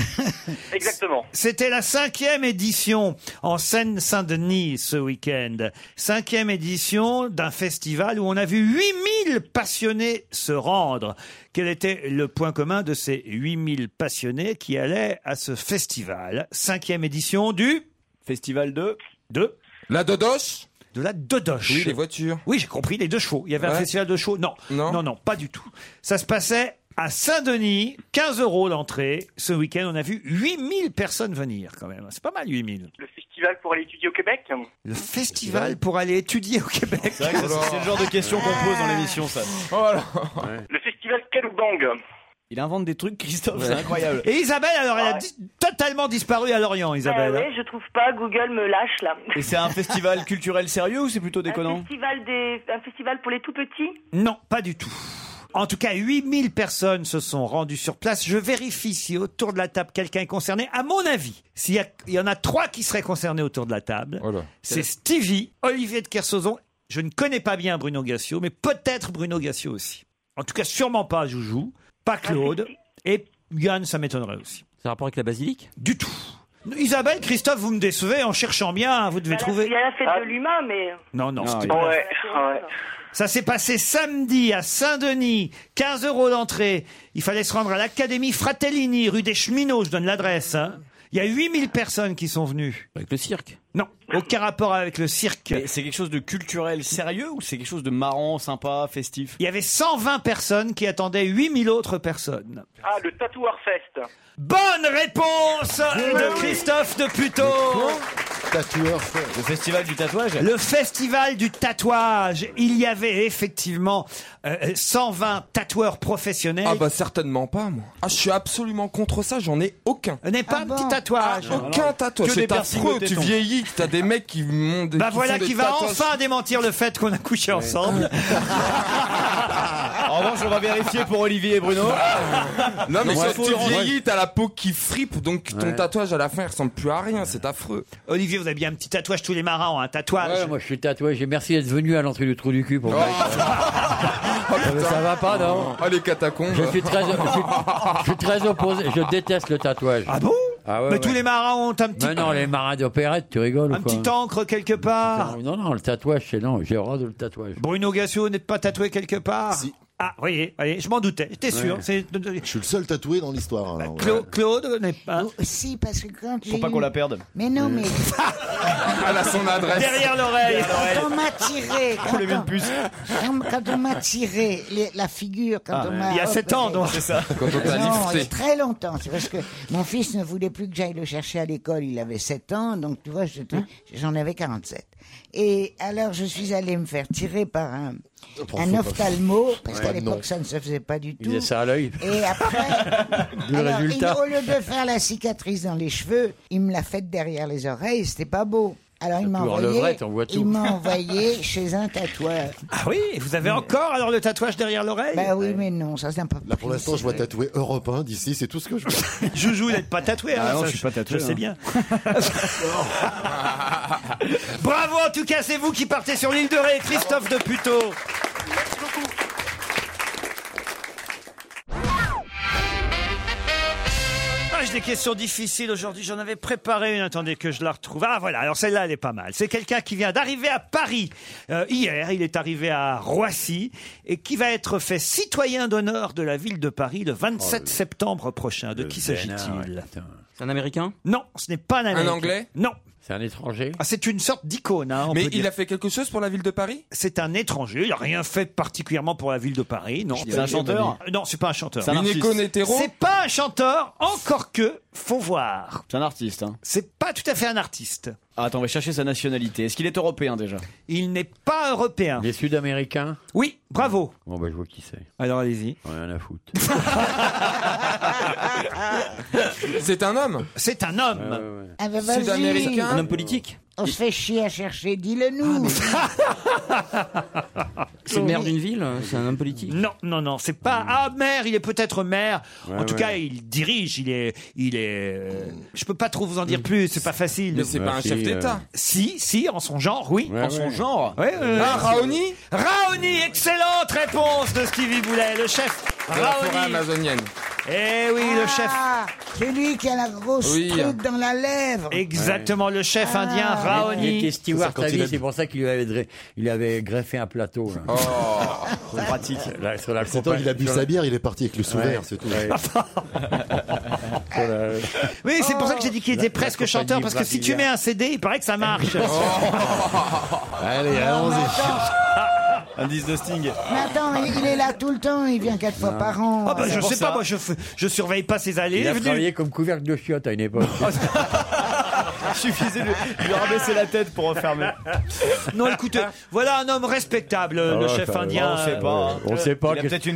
Exactement.
C'était la cinquième édition en Seine-Saint-Denis ce week-end. Cinquième édition d'un festival où on a vu 8000 passionnés se rendre. Quel était le point commun de ces 8000 passionnés qui allaient à ce festival Cinquième édition du Festival de De
La Dodoche
De la Dodoche.
Oui, les voitures.
Oui, j'ai compris, les deux chevaux. Il y avait un
Ouais.
festival de chevaux. Non. non, non, pas du tout. Ça se passait à Saint-Denis, 15 euros l'entrée. Ce week-end, on a vu 8000 personnes venir quand même. C'est pas mal, 8000.
Le festival pour aller étudier au Québec
Le festival pour aller étudier au Québec.
C'est vrai que ça, c'est le genre de questions qu'on pose dans l'émission, ça.
Le festival Kaloubang.
Oh, Il invente des trucs, Christophe, c'est incroyable.
Et Isabelle, alors, elle a di- totalement disparu à Lorient, Isabelle. hein.
Bah ouais, je trouve pas, Google me lâche là. Ah,
Et c'est un festival culturel sérieux ou c'est plutôt déconnant
festival des, un festival pour les tout petits
Non, pas du tout. En tout cas, 8000 personnes se sont rendues sur place. Je vérifie si autour de la table quelqu'un est concerné. À mon avis, s'il y, a- il y en a trois qui seraient concernés autour de la table, c'est Stevie, Olivier de Kersauzon. Je ne connais pas bien Bruno Gassio, mais peut-être Bruno Gassio aussi. En tout cas, sûrement pas Joujou, pas Claude, et Yann, ça m'étonnerait aussi.
Ça a rapport avec la basilique
Du tout. Isabelle, Christophe, vous me décevez en cherchant bien, hein, vous devez trouver.
Il y a la fête
Ah.
de l'humain, mais.
Non, non, c'était pas-
Ouais, ouais.
Ça s'est passé samedi à Saint-Denis, 15 euros d'entrée. Il fallait se rendre à l'Académie Fratellini, rue des Cheminots, je donne l'adresse. hein. Il y a 8000 personnes qui sont venues. Avec le cirque Non, aucun rapport avec le cirque.
Mais c'est quelque chose de culturel sérieux ou c'est quelque chose de marrant, sympa, festif
Il y avait 120 personnes qui attendaient 8000 autres personnes.
Ah, le Tatoueur Fest.
Bonne réponse de Christophe de Puteaux
Tatoueur
Le festival du tatouage
Le festival du tatouage. Il y avait effectivement euh, 120 tatoueurs professionnels.
Ah bah certainement pas moi. Ah je suis absolument contre ça, j'en ai aucun.
N'est
Ah
pas un petit tatouage.
Ah Aucun tatouage, c'est affreux, tu vieillis, t'as des mecs qui m'ont des
Bah
qui
voilà
font des
qui va
tatouages. Ah,
enfin démentir le fait qu'on a couché ensemble.
Ah. En revanche, on va vérifier pour Olivier et Bruno.
Ah.
Non mais
Non,
quand
faut-
tu
faut-
vieillis, t'as la peau qui fripe, donc ton
Ouais.
tatouage à la fin il ressemble plus à rien, c'est affreux.
Olivier, vous avez bien un petit tatouage, tous les marins ont un tatouage. Oh,
moi je suis tatoué, et merci d'être venu à l'entrée du trou du cul pour moi. ça va pas, non
Ah les catacombes.
Je suis très, je suis- je suis très opposé, je déteste le tatouage. Ah
bon
ah ouais,
Mais tous les marins ont un petit.
Mais non, les marins d'opérette, tu rigoles
Un
ou quoi
petit encre quelque part.
Non, non, le tatouage, c'est non, j'ai horreur de le tatouage.
Bruno Gassio n'est pas tatoué quelque part Ah, voyez, voyez, je m'en doutais, j'étais sûr.
Ouais.
C'est-
Je suis le seul tatoué dans l'histoire. hein, alors.
Cla- Claude n'est pas.
Oh,
Si, parce que quand j'ai eu-
perde.
Mais non, mais
Elle a son adresse.
Derrière l'oreille.
quand on m'a tiré, quand, on- quand- quand on m'a tiré les- la figure, quand
Ah,
on
ouais.
m'a
Il y a sept ans, donc. C'est ça. Quand on t'a
non,
lifté.
il y a très longtemps. C'est parce que mon fils ne voulait plus que j'aille le chercher à l'école. Il avait 7 ans, donc tu vois, j'étais-
Hein
j'en avais 47. Et alors, je suis allé me faire tirer par un,
Oh, Pour
un
faux,
ophtalmo,
pas.
parce
Ouais,
qu'à
non.
l'époque, ça ne se faisait pas du
Il
tout.
faisait ça à l'œil.
Et après,
D'où le
alors,
résultat.
il- au lieu de faire la cicatrice dans les cheveux, il me l'a faite derrière les oreilles, c'était pas beau. Alors il m'a
pue en
envoyé,
levrette, on voit tout.
il m'a envoyé chez un tatoueur.
Ah oui, et vous avez encore alors le tatouage derrière l'oreille
Bah oui, mais non, ça c'est un peu.
Là, pour l'instant, je vois tatoué Europe 1 d'ici, c'est tout ce que je vois.
Joujou, il n'est pas tatoué. hein, ça, Je sais bien. Bravo, en tout cas, c'est vous qui partez sur l'île de Ré, Christophe de Puteaux. Ah, j'ai des questions difficiles aujourd'hui. J'en avais préparé une. Attendez que je la retrouve. Ah, voilà. Alors, celle-là, elle est pas mal. C'est quelqu'un qui vient d'arriver à Paris. Euh, hier, il est arrivé à Roissy et qui va être fait citoyen d'honneur de la ville de Paris le 27 septembre prochain. De qui
vénère,
s'agit-il
C'est un Américain
Non, ce n'est pas un
Un
Américain.
Anglais
Non.
C'est un étranger
Ah, c'est une sorte d'icône. hein, on
Mais
peut
il
dire.
a fait quelque chose pour la ville de Paris
C'est un étranger. Il n'a rien fait particulièrement pour la ville de Paris. Non.
C'est un chanteur
Euh, Non, c'est pas un chanteur.
C'est un Une artiste. icône hétéro
C'est pas un chanteur. Encore que, faut voir.
C'est un artiste. Hein.
C'est pas tout à fait un artiste.
Ah, attends, on va chercher sa nationalité. Est-ce qu'il est européen déjà
Il n'est pas européen.
Les Sud-Américains
Oui, bravo.
Bon, bah, je vois qui c'est.
Alors, allez-y.
Rien à foutre.
C'est un homme
C'est un homme
Ah bah, vas-y.
Sud-américain.
politique
On se fait chier à chercher. Dis-le nous.
C'est le maire d'une ville C'est un homme politique
Non, non, non, c'est
Hmm.
pas. Ah, maire, il est peut-être maire.
Ouais,
en tout
ouais.
cas, il dirige, il est. il est. euh, Je peux pas trop vous en dire plus, c'est pas facile.
Hmm. Mais c'est pas un chef d'État.
Si, si, en son genre, oui.
En son genre
Ouais, ouais, ouais.
Ah, Raoni
Raoni, excellente réponse de Stevie Boulet, le chef
De la forêt
Raoni.
amazonienne.
Eh oui, le chef.
Ah, c'est lui qui a la grosse
Oui.
truc dans la lèvre. Ah.
Exactement, le chef indien Raoni.
Ah. Il était
C'est
steward
ça,
sa
quand il
vie,
a-
c'est pour ça qu'il lui avait, dre- il avait greffé un plateau. Là.
Oh,
pratique. Là, sur la
C'est tant
campagne-
qu'il a bu
sur
sa
la-
bière, il est parti avec le sourire,
Ouais.
c'est tout.
Ouais. Sur la-
Oui, c'est pour ça que j'ai dit qu'il
La-
était
la
presque
compagnie
chanteur, parce que si tu
brésilienne.
mets un CD, il paraît que ça marche.
Oh.
Allez,
Ah, bah,
Indice de Sting.
Mais attends, il il est là tout le temps. Il vient quatre fois par an.
Ah bah,
C'est
je
pour
sais
ça.
pas, moi je, f- je surveille pas ses allées.
Il
et
a
venues.
travaillé comme couvercle de chiottes à une époque.
Ah,
Suffisait de de lui rabaisser la tête pour refermer.
Non, écoutez, voilà un homme respectable, euh, le chef indien.
Ah On sait pas.
Oh,
hein.
On sait pas. qu'est- qu'est-ce t'en sais, C'était
hein.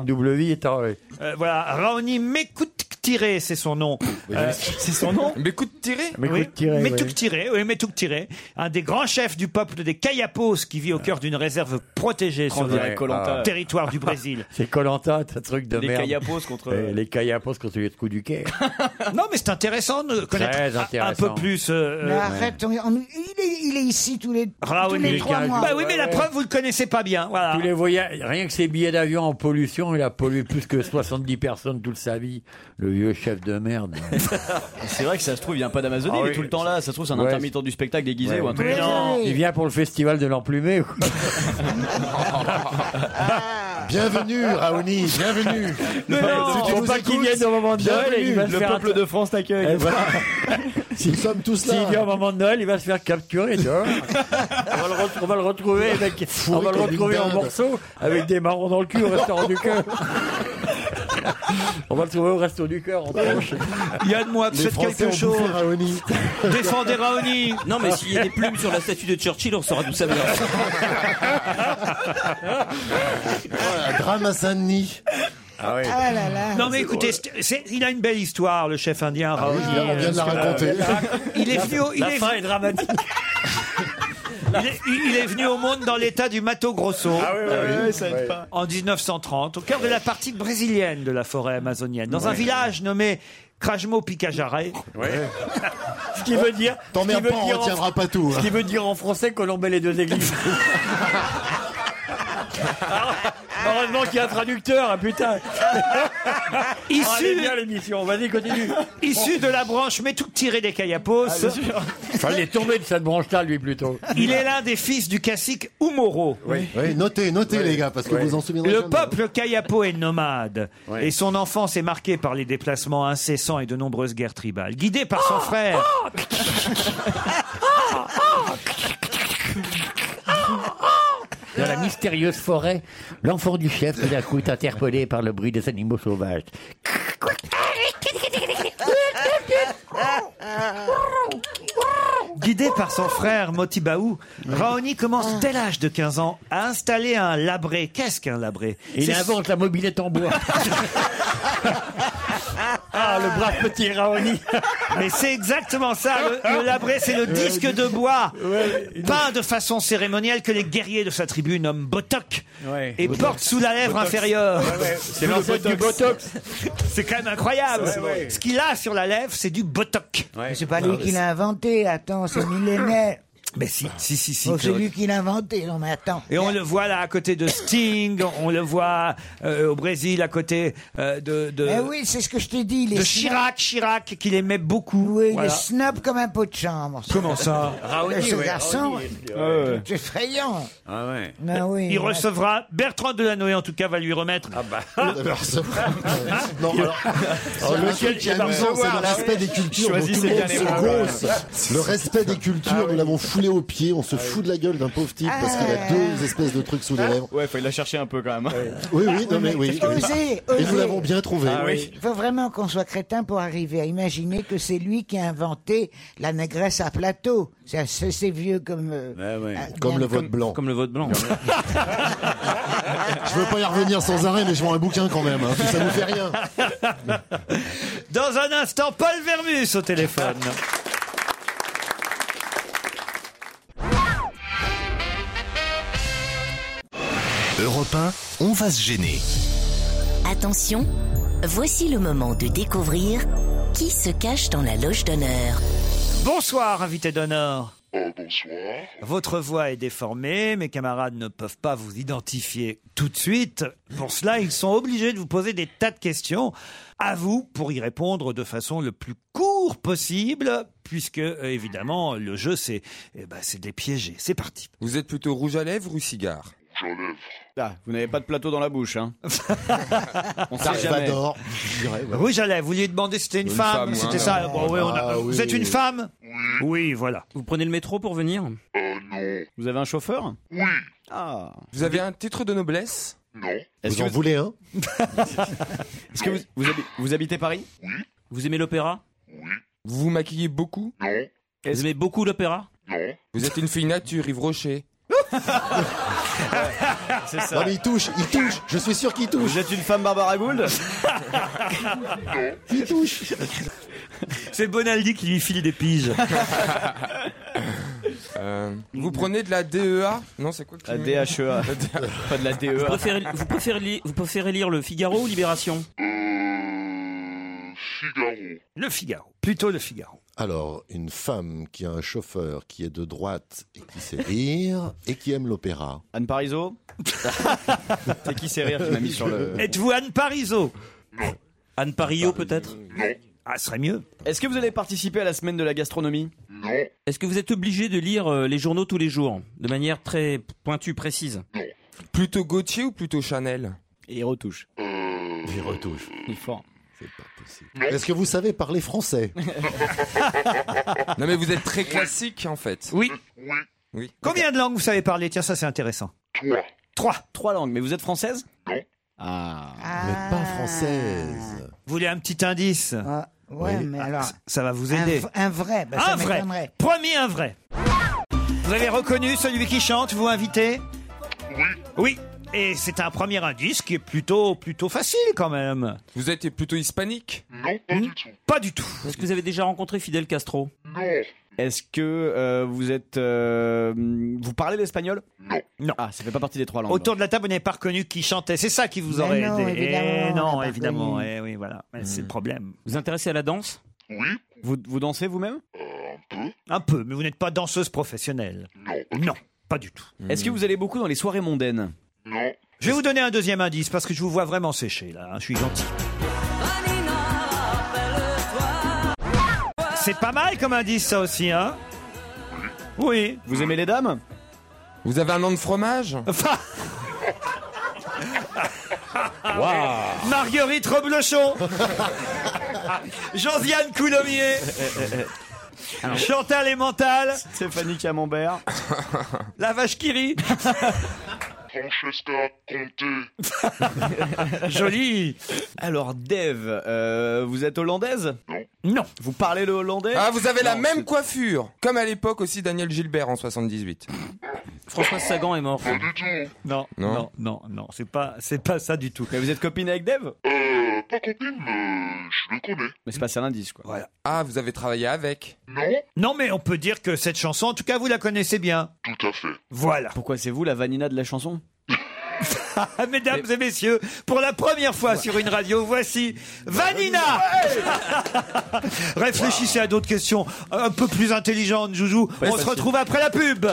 une double vie. attends, ouais.
Euh, voilà, Raoni Mektouk-Tiré, c'est son nom. Euh, c'est son nom Mektouk-Tiré
Mektouk-Tiré, oui.
Mektouk-Tiré, oui, Mektouk-Tiré. Un des grands chefs du peuple des Kayapos qui vit au cœur d'une réserve protégée
Oh,
sur
Prendre
le Ah.
la Koh-Lanta.
territoire
Ah.
du Brésil.
C'est Colanta, ce truc de
Les
merde.
Kayapos contre-
Euh, les Kayapos contre les coups du quai.
Non, mais c'est intéressant de connaître
Très
un- un
intéressant.
peu plus. euh,
Mais
euh,
arrête, on- on- il, est, il est ici tous les, tous
Raoni.
les trois mois.
Bah oui, mais la preuve, vous le connaissez pas bien. Voilà.
Tous les voyages, rien que ses billets d'avion en pollution, il a pollué plus que 70 personnes toute sa vie. Le vieux chef de merde.
C'est vrai que ça se trouve, il vient pas d'Amazonie,
Ah
il est
oui.
tout le temps là. Ça se trouve, c'est un
Ouais.
intermittent du spectacle déguisé
Ouais.
ou un truc
Mais
comme ça.
non, Il vient pour le festival de l'emplumé. ou quoi
Bienvenue, Raoni, bienvenue.
Mais non,
tu
faut
nous
pas qu'il
écoutes,
vienne au moment de Noël et il va se faire
bienvenue.
atta-
France
Eh
t'accueille.
ben.
Nous sommes tous là.
S'il vient au moment de Noël, il va se faire capturer dehors. on, va le re- on va le retrouver, avec, on va le
comme une
retrouver en
dinde.
morceaux avec des marrons dans le cul au restaurant du cœur. on va le trouver au restaurant du cœur en planche.
Yann Moix,
Les
faites
Français
quelque
ont
chose.
bouffé
Défendez Raoni.
Non, mais s'il y a des plumes sur la statue de Churchill, on saura d'où ça vient.
Voilà, drame à Saint-Denis.
Ah oui.
Ah là là.
Non mais écoutez, c'est- c'est- il a une belle histoire, le chef indien. Raoni.
Ah oui, on vient de la
Parce que-
raconter.
Euh, Il est venu. au- Il
La
est-
fin est dramatique.
Il est, il est venu au monde dans l'état du Mato Grosso
Ah oui, oui, oui, ça aide Ouais. pas.
en 1930, au cœur de la partie brésilienne de la forêt amazonienne, dans un
Ouais.
village nommé Crajmo Picajare.
Ce qui veut dire. ce qui
T'emmerdes
veut
pas, on
dire en-
retiendra pas tout. hein.
Ce qui veut dire en français qu'on embête les deux églises. Heureusement qu'il y a un traducteur, ah, putain.
Issu-
Ah, elle est bien l'émission, vas-y, continue.
Issu de la branche mais tout tiré des Kayapos,
Fallait tomber de cette branche-là, lui, plutôt.
il est l'un des fils du cacique Umoro.
Oui, notez, notez les gars, parce que vous en souviendrez.
Le
jamais.
peuple Kayapo est nomade et son enfance est marquée par les déplacements incessants et de nombreuses guerres tribales. Guidé par son frère,
Dans la mystérieuse forêt, l'enfant du chef tout d'un coup est interpellé par le bruit des animaux sauvages.
guidé par son frère Motibaou, Raoni commence dès l'âge de 15 ans à installer un labré. Qu'est-ce qu'un labré
Il
C'est-
invente la mobilette en bois.
Ah, le brave petit Raoni.
Mais c'est exactement ça, le, le labré, c'est le
Ouais,
disque de bois, peint de façon cérémonielle que les guerriers de sa tribu nomment botoc,
Ouais.
et
Botox.
porte sous la lèvre
Botox.
inférieure.
Ouais, ouais. C'est l'ancêtre du Botox.
C'est quand même incroyable.
Ouais, ouais.
Ce qu'il a sur la lèvre, c'est du botoc.
C'est
Ah,
pas
bah
lui qui l'a inventé, attends, c'est millénaire.
Mais si, si, si, si.
Oh, c'est
Claude.
lui qui l'a inventé, non mais attends.
Et on le voit là à côté de Sting, on le voit euh, au Brésil à côté euh, de, de,
Eh oui, c'est ce que je t'ai dit. Les
de
snobs-
Chirac, Chirac qu'il aimait beaucoup.
Oui,
Voilà.
les snobs comme un pot de chambre.
Comment ça
Raoul, Ce
ouais,
garçon,
Ah,
ouais.
c'est effrayant.
Ah ouais.
Ben oui.
Il recevra Bertrand Delanoë en tout cas va lui remettre. Oh, Ah bah.
Non, alors, alors, le truc qui est amusant, c'est le respect des cultures. dont tout
Choisissez
le
bien
monde
les
se
paroles.
gosse. Le respect des cultures,
Ah
nous l'avons foulé aux pieds. On se fout de la gueule d'un pauvre type parce qu'il
Ah.
a deux espèces de trucs sous les lèvres.
Ouais, faut la chercher un peu quand même.
Oui, oui, non, mais oui. oui.
Osez,
Et
osez.
nous l'avons bien trouvé.
Ah oui.
Il faut vraiment qu'on soit crétin pour arriver à imaginer que c'est lui qui a inventé la négresse à plateau. C'est c'est- c'est vieux comme... euh, ah,
Comme
bien-
le vote blanc.
Comme le vote blanc.
Je veux pas y revenir sans arrêt, mais je vends un bouquin quand même. hein, puis ça nous fait rien.
Dans un instant, Paul Vermus au téléphone.
Europe 1, on va se gêner.
Attention, voici le moment de découvrir qui se cache dans la loge d'honneur.
Bonsoir, invité d'honneur.
bonsoir.
Votre voix est déformée, mes camarades ne peuvent pas vous identifier tout de suite. Pour cela, ils sont obligés de vous poser des tas de questions. À vous pour y répondre de façon le plus court possible, puisque euh, évidemment le jeu c'est eh ben, c'est de les piéger. C'est parti.
Vous êtes plutôt rouge à lèvres ou cigare
Là, vous n'avez pas de plateau dans la bouche, hein. On sait jamais.
Salvador, je dirais. ouais.
Ah Oui, j'allais. Vous vouliez demander si c'était une,
Une
femme,
femme,
c'était
hein,
ça.
non.
Bon, oui, on a-
Ah,
Vous
oui.
êtes une femme Oui, voilà.
Vous prenez le métro pour venir
Vous avez un chauffeur
Oui.
Ah.
Vous avez un titre de noblesse
Non.
Est-ce
Vous
que
en
vous-
voulez un
Est-ce que vous, vous habi- vous habitez Paris
Vous aimez l'opéra
Vous vous maquillez beaucoup
Non.
Vous aimez beaucoup l'opéra
Non.
Vous êtes une fille nature, Yves Rocher
C'est
Non, mais il touche, il touche. Je suis sûr qu'il touche.
Vous êtes une femme Barbara Gould
Il touche.
C'est Bonaldi qui lui file des piges.
Euh, Vous prenez de la E DEA Non, c'est quoi qui-
La DHEA. pas de la E
vous
DEA.
préférez, vous, préférez li- vous préférez lire le Figaro ou Libération
Euh, Figaro.
Le Figaro. Plutôt le Figaro.
Alors, une femme qui a un chauffeur qui est de droite et qui sait rire et qui aime l'opéra.
Anne Parizeau C'est qui c'est rire qui m'a mis sur le.
Êtes-vous Anne Parisot
Anne Parillo peut-être
Ah, ce serait mieux.
Est-ce que vous allez participer à la semaine de la gastronomie
Non.
Est-ce que vous êtes obligé de lire euh, les journaux tous les jours de manière très pointue, précise
Plutôt Gauthier ou plutôt Chanel Il retouche.
Il
retouche.
Il fend.
Est-ce que vous savez parler français
Non mais vous êtes très classique en fait.
Oui.
Oui.
Oui.
Combien de langues vous savez parler Tiens, ça c'est intéressant.
Trois.
Trois.
Trois langues, mais vous êtes française
Non.
Ah.
Vous n'êtes pas française. Vous voulez un petit indice
ouais, mais
Ah,
alors-
ça- Ça va vous
Un
aider.
v- un vrai, bah, ça
un vrai.
m'étonnerait.
Promis, un vrai. Vous avez reconnu celui qui chante, vous invitez
Oui.
Oui. Et c'est un premier indice qui est plutôt, plutôt facile quand même. Hmm
Vous êtes plutôt hispanique
Non, pas du tout.
Pas du tout.
Est-ce que vous avez déjà rencontré Fidel Castro
Non.
Est-ce que euh, vous êtes. euh, vous parlez l'espagnol Non.
Non.
Ah, ça fait pas partie des trois langues.
Autour de la table, vous n'avez pas reconnu qui chantait. C'est ça qui vous
Mais
aurait
non,
aidé.
évidemment,
Eh
on n'a
non,
pas
évidemment.
reconnu.
eh oui, voilà. Mais
Mmh.
C'est le problème.
Vous intéressez à la danse
Oui.
Vous, vous dansez vous-même
Un peu, mais vous n'êtes pas danseuse professionnelle. Non, pas du tout.
Est-ce que vous allez beaucoup dans les soirées mondaines
Non.
Je vais vous donner un deuxième indice parce que je vous vois vraiment séché là. hein, Je suis gentil. C'est pas mal comme indice ça aussi, hein Oui.
Vous aimez les dames
Vous avez un nom de fromage
Enfin,
Waouh
Marguerite Reblochon Josiane Coulommiers Chantal Emmental
Stéphanie Camembert
La vache qui rit
Francesca Conte.
Joli Alors, Dave, euh, vous êtes hollandaise
Non.
Vous parlez le hollandais
Ah, vous avez la
Non,
même
c'est-
coiffure Comme à l'époque aussi Daniel Gilbert en 78.
François Sagan est mort.
Pas du tout.
Non,
Non.
non, non, non, c'est pas, c'est pas ça du tout.
Mais vous êtes copine avec Dave
Euh, pas copine, mais je le connais.
Mais c'est pas un indice, quoi.
Ah, vous avez travaillé avec
Non,
Non, mais on peut dire que cette chanson, en tout cas, vous la connaissez bien.
tout à fait.
Voilà.
Pourquoi c'est vous la vanina de la chanson
Mesdames et messieurs, pour la première fois sur une radio, voici Ah Vanina Réfléchissez à d'autres questions un peu plus intelligentes, Joujou. On se
facile.
retrouve après la pub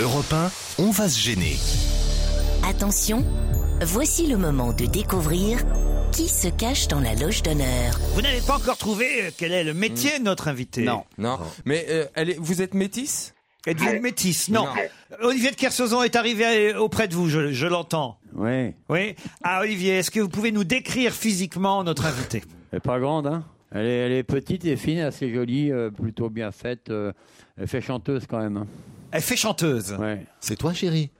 Europe 1, on va se gêner.
Attention, voici le moment de découvrir qui se cache dans la loge d'honneur.
Vous n'avez pas encore trouvé euh, quel est le métier de notre invité
Non.
Non. Mais euh, elle est- vous êtes métisse
Êtes-vous métisse Non.
Non.
Olivier de Kersauzon est arrivé euh, auprès de vous, je, je l'entends.
Ouais.
Oui Ah, Olivier, est-ce que vous pouvez nous décrire physiquement notre invité
Elle est pas grande, hein elle est, elle est petite et fine, assez jolie, euh, plutôt bien faite. euh, elle fait chanteuse quand même. hein.
Elle fait chanteuse.
Ouais.
C'est toi, chérie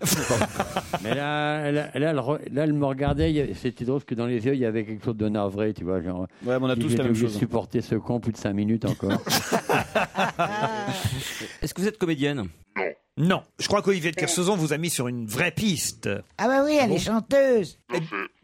Mais là, là, là, elle re- là, elle me regardait, il y avait- c'était drôle parce que dans les yeux, il y avait quelque chose de navré, tu vois. Genre,
Ouais, mais on a
j'ai-
tous
j'ai
la même
obligé de
chose.
supporter ce con plus de 5 minutes encore.
Est-ce que vous êtes comédienne
Non. Je crois qu'Olivier de Kersauzon vous a mis sur une vraie piste.
Ah bah oui, elle est chanteuse.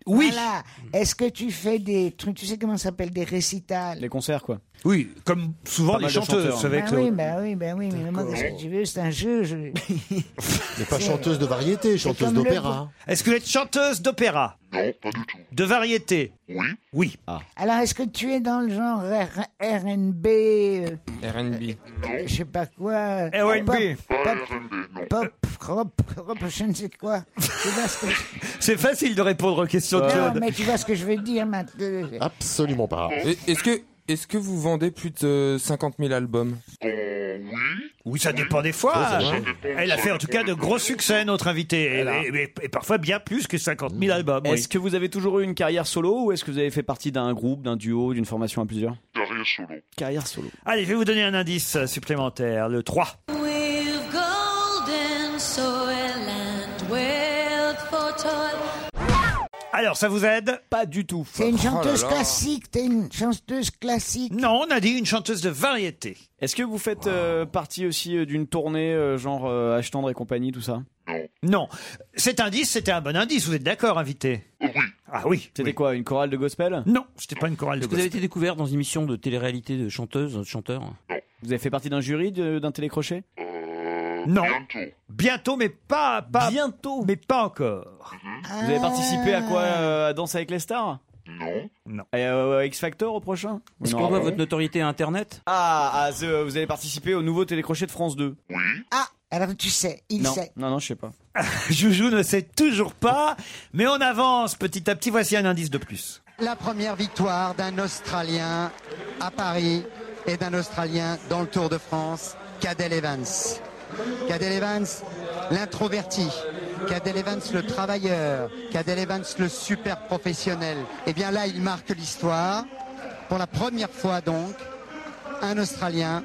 Oui.
Voilà. Est-ce que tu fais des trucs, tu sais comment ça s'appelle, des récitals
Les concerts, quoi.
Oui, comme souvent
Pas
les
mal de
chanteuses,
chanteurs, hein.
vous savez,
Ben
Claude.
oui, ben oui, ben oui, mais moi, qu'est-ce que tu veux, c'est un jeu. je-
Mais pas chanteuse de variété, chanteuse
comme le-
d'opéra.
Est-ce que vous êtes chanteuse d'opéra
Non, pas du tout.
De variété
Oui,
Oui.
Ah.
Alors, est-ce que tu es dans le genre R- R&B, euh,
RB.
je sais pas quoi euh,
R&B.
pas
Pop,
RMD, non.
pop, pop, rop, rop, je ne sais quoi. Tu vois ce que je...
C'est facile de répondre aux questions de
Non,
Claude.
mais tu vois ce que je veux dire maintenant.
Absolument pas.
Et- Est-ce que, est que vous vendez plus de 50 000 albums
Euh, oui,
Oui, ça dépend des fois. euh,
Ça
dépend.
Elle a fait en tout cas de gros succès, notre invité. Et, et- et parfois bien plus que 50 000 albums. oui.
Est-ce que vous avez toujours eu une carrière solo ou est-ce que vous avez fait partie d'un groupe, d'un duo, d'une formation à plusieurs
derrière solo.
Carrière solo.
Allez, je vais vous donner un indice supplémentaire, le 3.
With golden soil and wealth for toil.
Alors, ça vous aide
Pas du tout.
T'es une
Oh là
chanteuse
là.
classique, t'es une chanteuse classique.
Non, on a dit une chanteuse de variété.
Est-ce que vous faites euh, partie aussi euh, d'une tournée euh, genre euh, H-Tendre et compagnie, tout ça
Non. Cet indice, c'était un bon indice, vous êtes d'accord, invité
Euh, oui,
Ah oui.
C'était
oui.
quoi Une chorale de gospel
Non, c'était pas une chorale de
Est-ce que vous avez
gospel.
été découvert dans une émission de télé-réalité de chanteuse, de chanteur
Vous avez fait partie d'un jury, de- d'un télécrochet
euh,
Non.
bientôt.
Bientôt, mais pas, pas,
Bientôt
mais pas encore.
Vous avez participé à quoi euh, À Danse avec les stars
Non,
Et euh, à X Factor au prochain
Est-ce qu'on
Non.
voit votre notoriété à Internet
Ah, à The- vous avez participé au nouveau télécrochet de France 2
oui,
Ah, alors tu sais, il
Non,
sait.
non, non, je sais pas.
Joujou ne sait toujours pas, mais on avance petit à petit. Voici un indice de plus.
La première victoire d'un Australien à Paris et d'un Australien dans le Tour de France. Cadel Evans. Cadel Evans, l'introverti. Cadel Evans, le travailleur. Cadel Evans, le super professionnel. Et bien là, il marque l'histoire. Pour la première fois donc, un Australien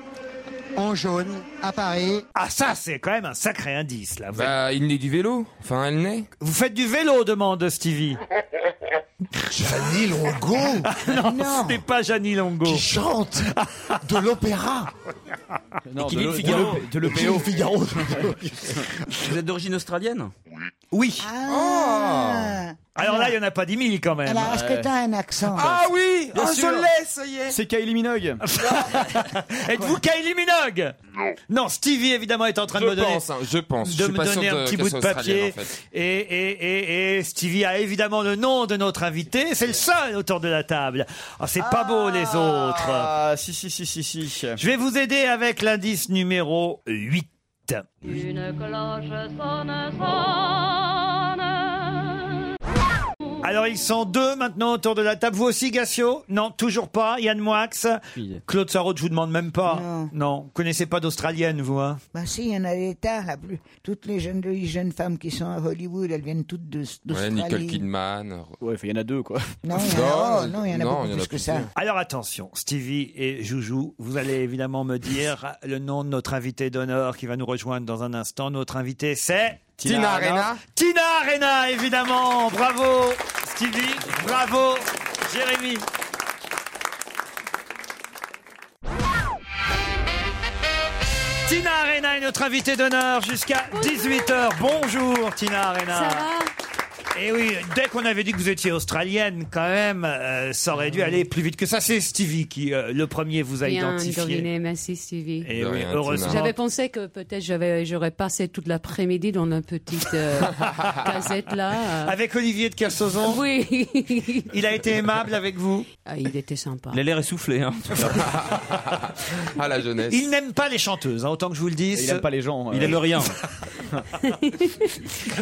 en jaune à Paris.
Ah, ça, c'est quand même un sacré indice, là.
Bah, il naît du vélo. Enfin, elle naît.
Vous faites du vélo, demande Stevie.
Gianni Longo
Non, ce n'est pas Gianni Longo. Qui
chante de l'opéra.
Non, de
Et qu'il est
l'O-
le Figaro.
de l'O- de
Qu'il est le
l'OPO.
Figaro.
Vous êtes d'origine australienne
Oh.
Oui.
Ah.
Alors là, il n'y en a pas 10 000 quand même.
Alors, est-ce Ah bah, que t'as un accent
euh, Ah oui,
Bien
un
sûr.
seul lait, ça y est.
C'est Kylie Minogue.
Êtes-vous Kylie Minogue Non. Stevie évidemment est en train de
Je
me donner.
pense, hein, je pense.
De
Je suis
me
pas sûr
donner un
de-
petit
qu'elle
bout de
soit
papier.
australienne, en fait.
et, et, et, et Stevie a évidemment le nom de notre invité. C'est le seul autour de la table. Ah, c'est pas beau les autres.
Ah, si, si, si, si, si.
Je vais vous aider avec l'indice numéro 8.
Une cloche sonne, sonne.
Alors ils sont deux maintenant autour de la table. Vous aussi, Gassio Non, toujours pas. Yann Moix Claude Sarraud, je vous demande même pas. Non. Vous connaissez pas d'Australienne, vous, hein
Bah si, il y en a des tas. Là, plus. Toutes les jeunes, les jeunes femmes qui sont à Hollywood, elles viennent toutes de
Ouais,
d'Australie.
Nicole Kidman.
Ouais, il y en a deux, quoi.
Non, il y en a- oh, non, il y en a beaucoup plus que ça.
Alors attention, Stevie et Joujou, vous allez évidemment me dire le nom de notre invité d'honneur qui va nous rejoindre dans un instant. Notre invité, c'est
Tina Tina Arena. Arena.
Tina Arena, évidemment. Bravo, Stevie. Bravo, Jérémy. Tina Arena est notre invitée d'honneur jusqu'à 18h. Bonjour Tina Arena.
Ça va
Et oui, dès qu'on avait dit que vous étiez australienne, quand même, euh, ça aurait dû aller plus vite que ça. C'est Stevie qui, euh, le premier, vous a
Ah Bien
identifié.
deviné, merci Stevie.
Et oui, heureusement.
J'avais pensé que peut-être j'avais- j'aurais passé toute l'après-midi dans une petite euh, casette là. euh.
Avec Olivier de Kersauzon
Oui.
Il a été aimable avec vous
Ah, il était sympa.
Il a l'air essoufflé. Hein,
à la jeunesse.
Il n'aime pas les chanteuses, hein, autant que je vous le dise.
Il n'aime pas les gens.
Il
euh.
aime rien.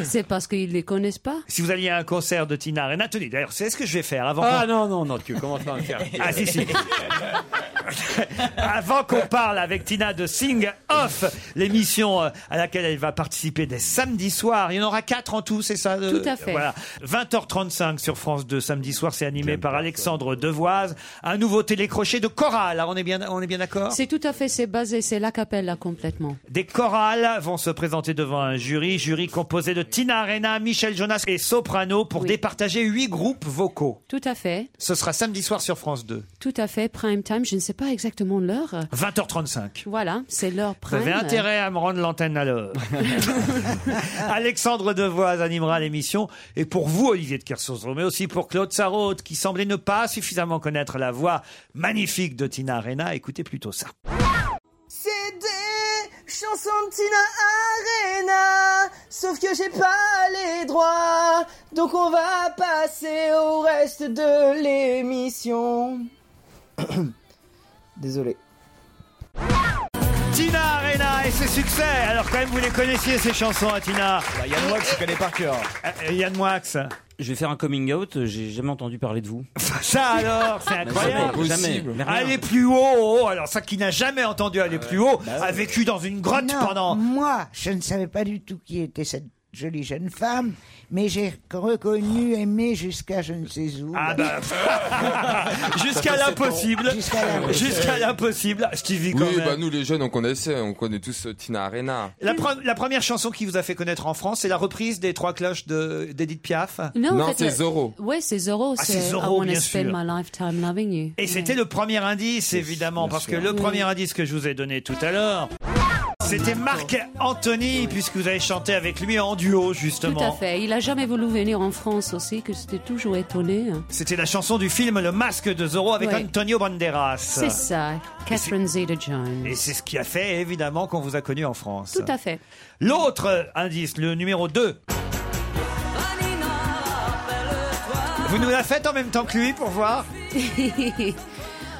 C'est parce qu'ils les connaissent pas.
si vous alliez à un concert de Tina Arena, tenez, d'ailleurs, c'est ce que je vais faire avant.
Ah
qu'on-
non, non, non, tu commences pas à me faire.
Ah, si, si. Avant qu'on parle avec Tina de Sing Off, l'émission euh, à laquelle elle va participer dès samedi soir. Il y en aura quatre en tout, c'est ça euh,
Tout à fait.
Voilà. 20h35 sur France 2 samedi soir, c'est animé par Alexandre Devoise. Un nouveau télécrochet de chorale, hein, on est bien, on est bien d'accord
C'est tout à fait, c'est basé, c'est la capella complètement.
des chorales vont se présenter devant un jury, jury composé de Tina Arena, Michel Jonas et Soprano pour départager huit groupes vocaux.
Tout à fait,
Ce sera samedi soir sur France 2,
tout à fait, prime time, je ne sais pas exactement l'heure.
20h35.
Voilà, c'est l'heure
Vous
prime.
avez intérêt à me rendre l'antenne alors. Alexandre Devoise animera l'émission. Et pour vous, Olivier de Kersauzon, mais aussi pour Claude Sarraute, qui semblait ne pas suffisamment connaître la voix magnifique de Tina Arena, écoutez plutôt ça.
C'est des chansons de Tina Arena, sauf que j'ai pas les droits, donc on va passer au reste de l'émission. Désolé.
Tina Arena et ses succès. Alors quand même, vous les connaissiez ces chansons, à Tina.
Yann Moix, je connais par cœur.
Euh, Yann Moix.
Je vais faire un coming out, j'ai jamais entendu parler de vous.
Ça alors, c'est incroyable.
Jamais, jamais. Mais rien.
Aller plus haut, oh, oh. alors ça qui n'a jamais entendu aller plus haut,
bah
a Ah, vécu dans une grotte
Non,
pendant.
Moi, je ne savais pas du tout qui était cette jolie jeune femme, mais j'ai reconnu, aimé jusqu'à je ne sais où.
Ah bah,
Ça
jusqu'à
fait
l'impossible.
Jusqu'à
Jusqu'à l'impossible. Stevie quand
Oui,
même.
bah nous les jeunes, on connaissait, on connaît tous euh, Tina Arena.
La, pre- la première chanson qui vous a fait connaître en France, c'est la reprise des trois cloches de- d'Edith Piaf.
en fait, le- Ouais, c'est Zorro.
Ah,
c'est
c'est Zorro,
I wanna
bien
spend
sûr.
my lifetime loving you.
Et c'était le premier indice, évidemment, parce que le premier indice que je vous ai donné tout à l'heure, c'était Marc Anthony, puisque vous avez chanté avec lui en duo,
Tout à
justement.
fait. Il a jamais voulu venir en France aussi, que j'étais toujours étonné.
C'était la chanson du film Le Masque de Zorro avec
Ouais.
Antonio Banderas.
C'est ça, Catherine Zeta-Jones.
Et c'est ce qui a fait, évidemment, qu'on vous a connu en France.
Tout à fait.
L'autre indice, le numéro 2. Vous nous la faites en même temps que lui pour voir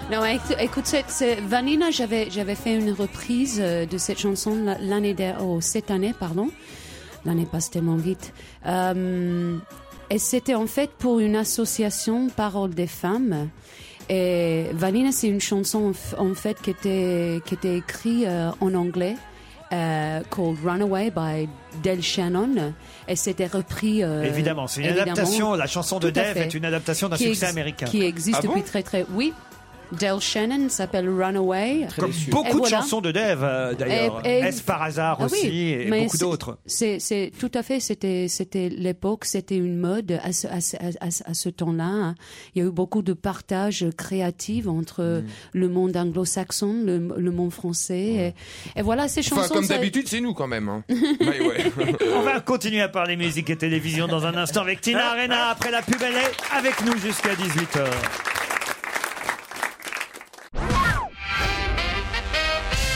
non, éc- écoute, cette, cette- Vanina, j'avais, j'avais fait une reprise euh, de cette chanson la- l'année dernière, oh, cette année, pardon. L'année passe tellement vite. Euh, et c'était en fait pour une association Parole des femmes. Et Vanina, c'est une chanson en f- en fait qui était, qui était écrite euh, en anglais, euh, called Runaway by Del Shannon. Et c'était repris. euh,
Évidemment, c'est une
évidemment.
adaptation. La chanson de
Tout à
Dave
fait.
est une adaptation d'un
Qui
succès
ex-
américain.
Qui existe
Ah bon
depuis très très. Oui, Del Shannon s'appelle Runaway.
Comme
Et
beaucoup de
voilà.
chansons de Dave, euh, d'ailleurs.
Et- et-
Est-ce par hasard
Ah oui,
aussi et
mais
beaucoup
c'est-
d'autres.
C'est, c'est tout à fait. C'était, c'était l'époque. C'était une mode à ce, à ce- à ce- à ce temps-là. hein. Il y a eu beaucoup de partage créatif entre
Hmm.
le monde anglo-saxon, le, le monde français. Et, et voilà ces chansons.
Enfin, comme
ça-
d'habitude, c'est nous quand même. hein.
On va continuer à parler musique et télévision dans un instant avec Tina Arena. Après la pub, elle est avec nous jusqu'à 18h.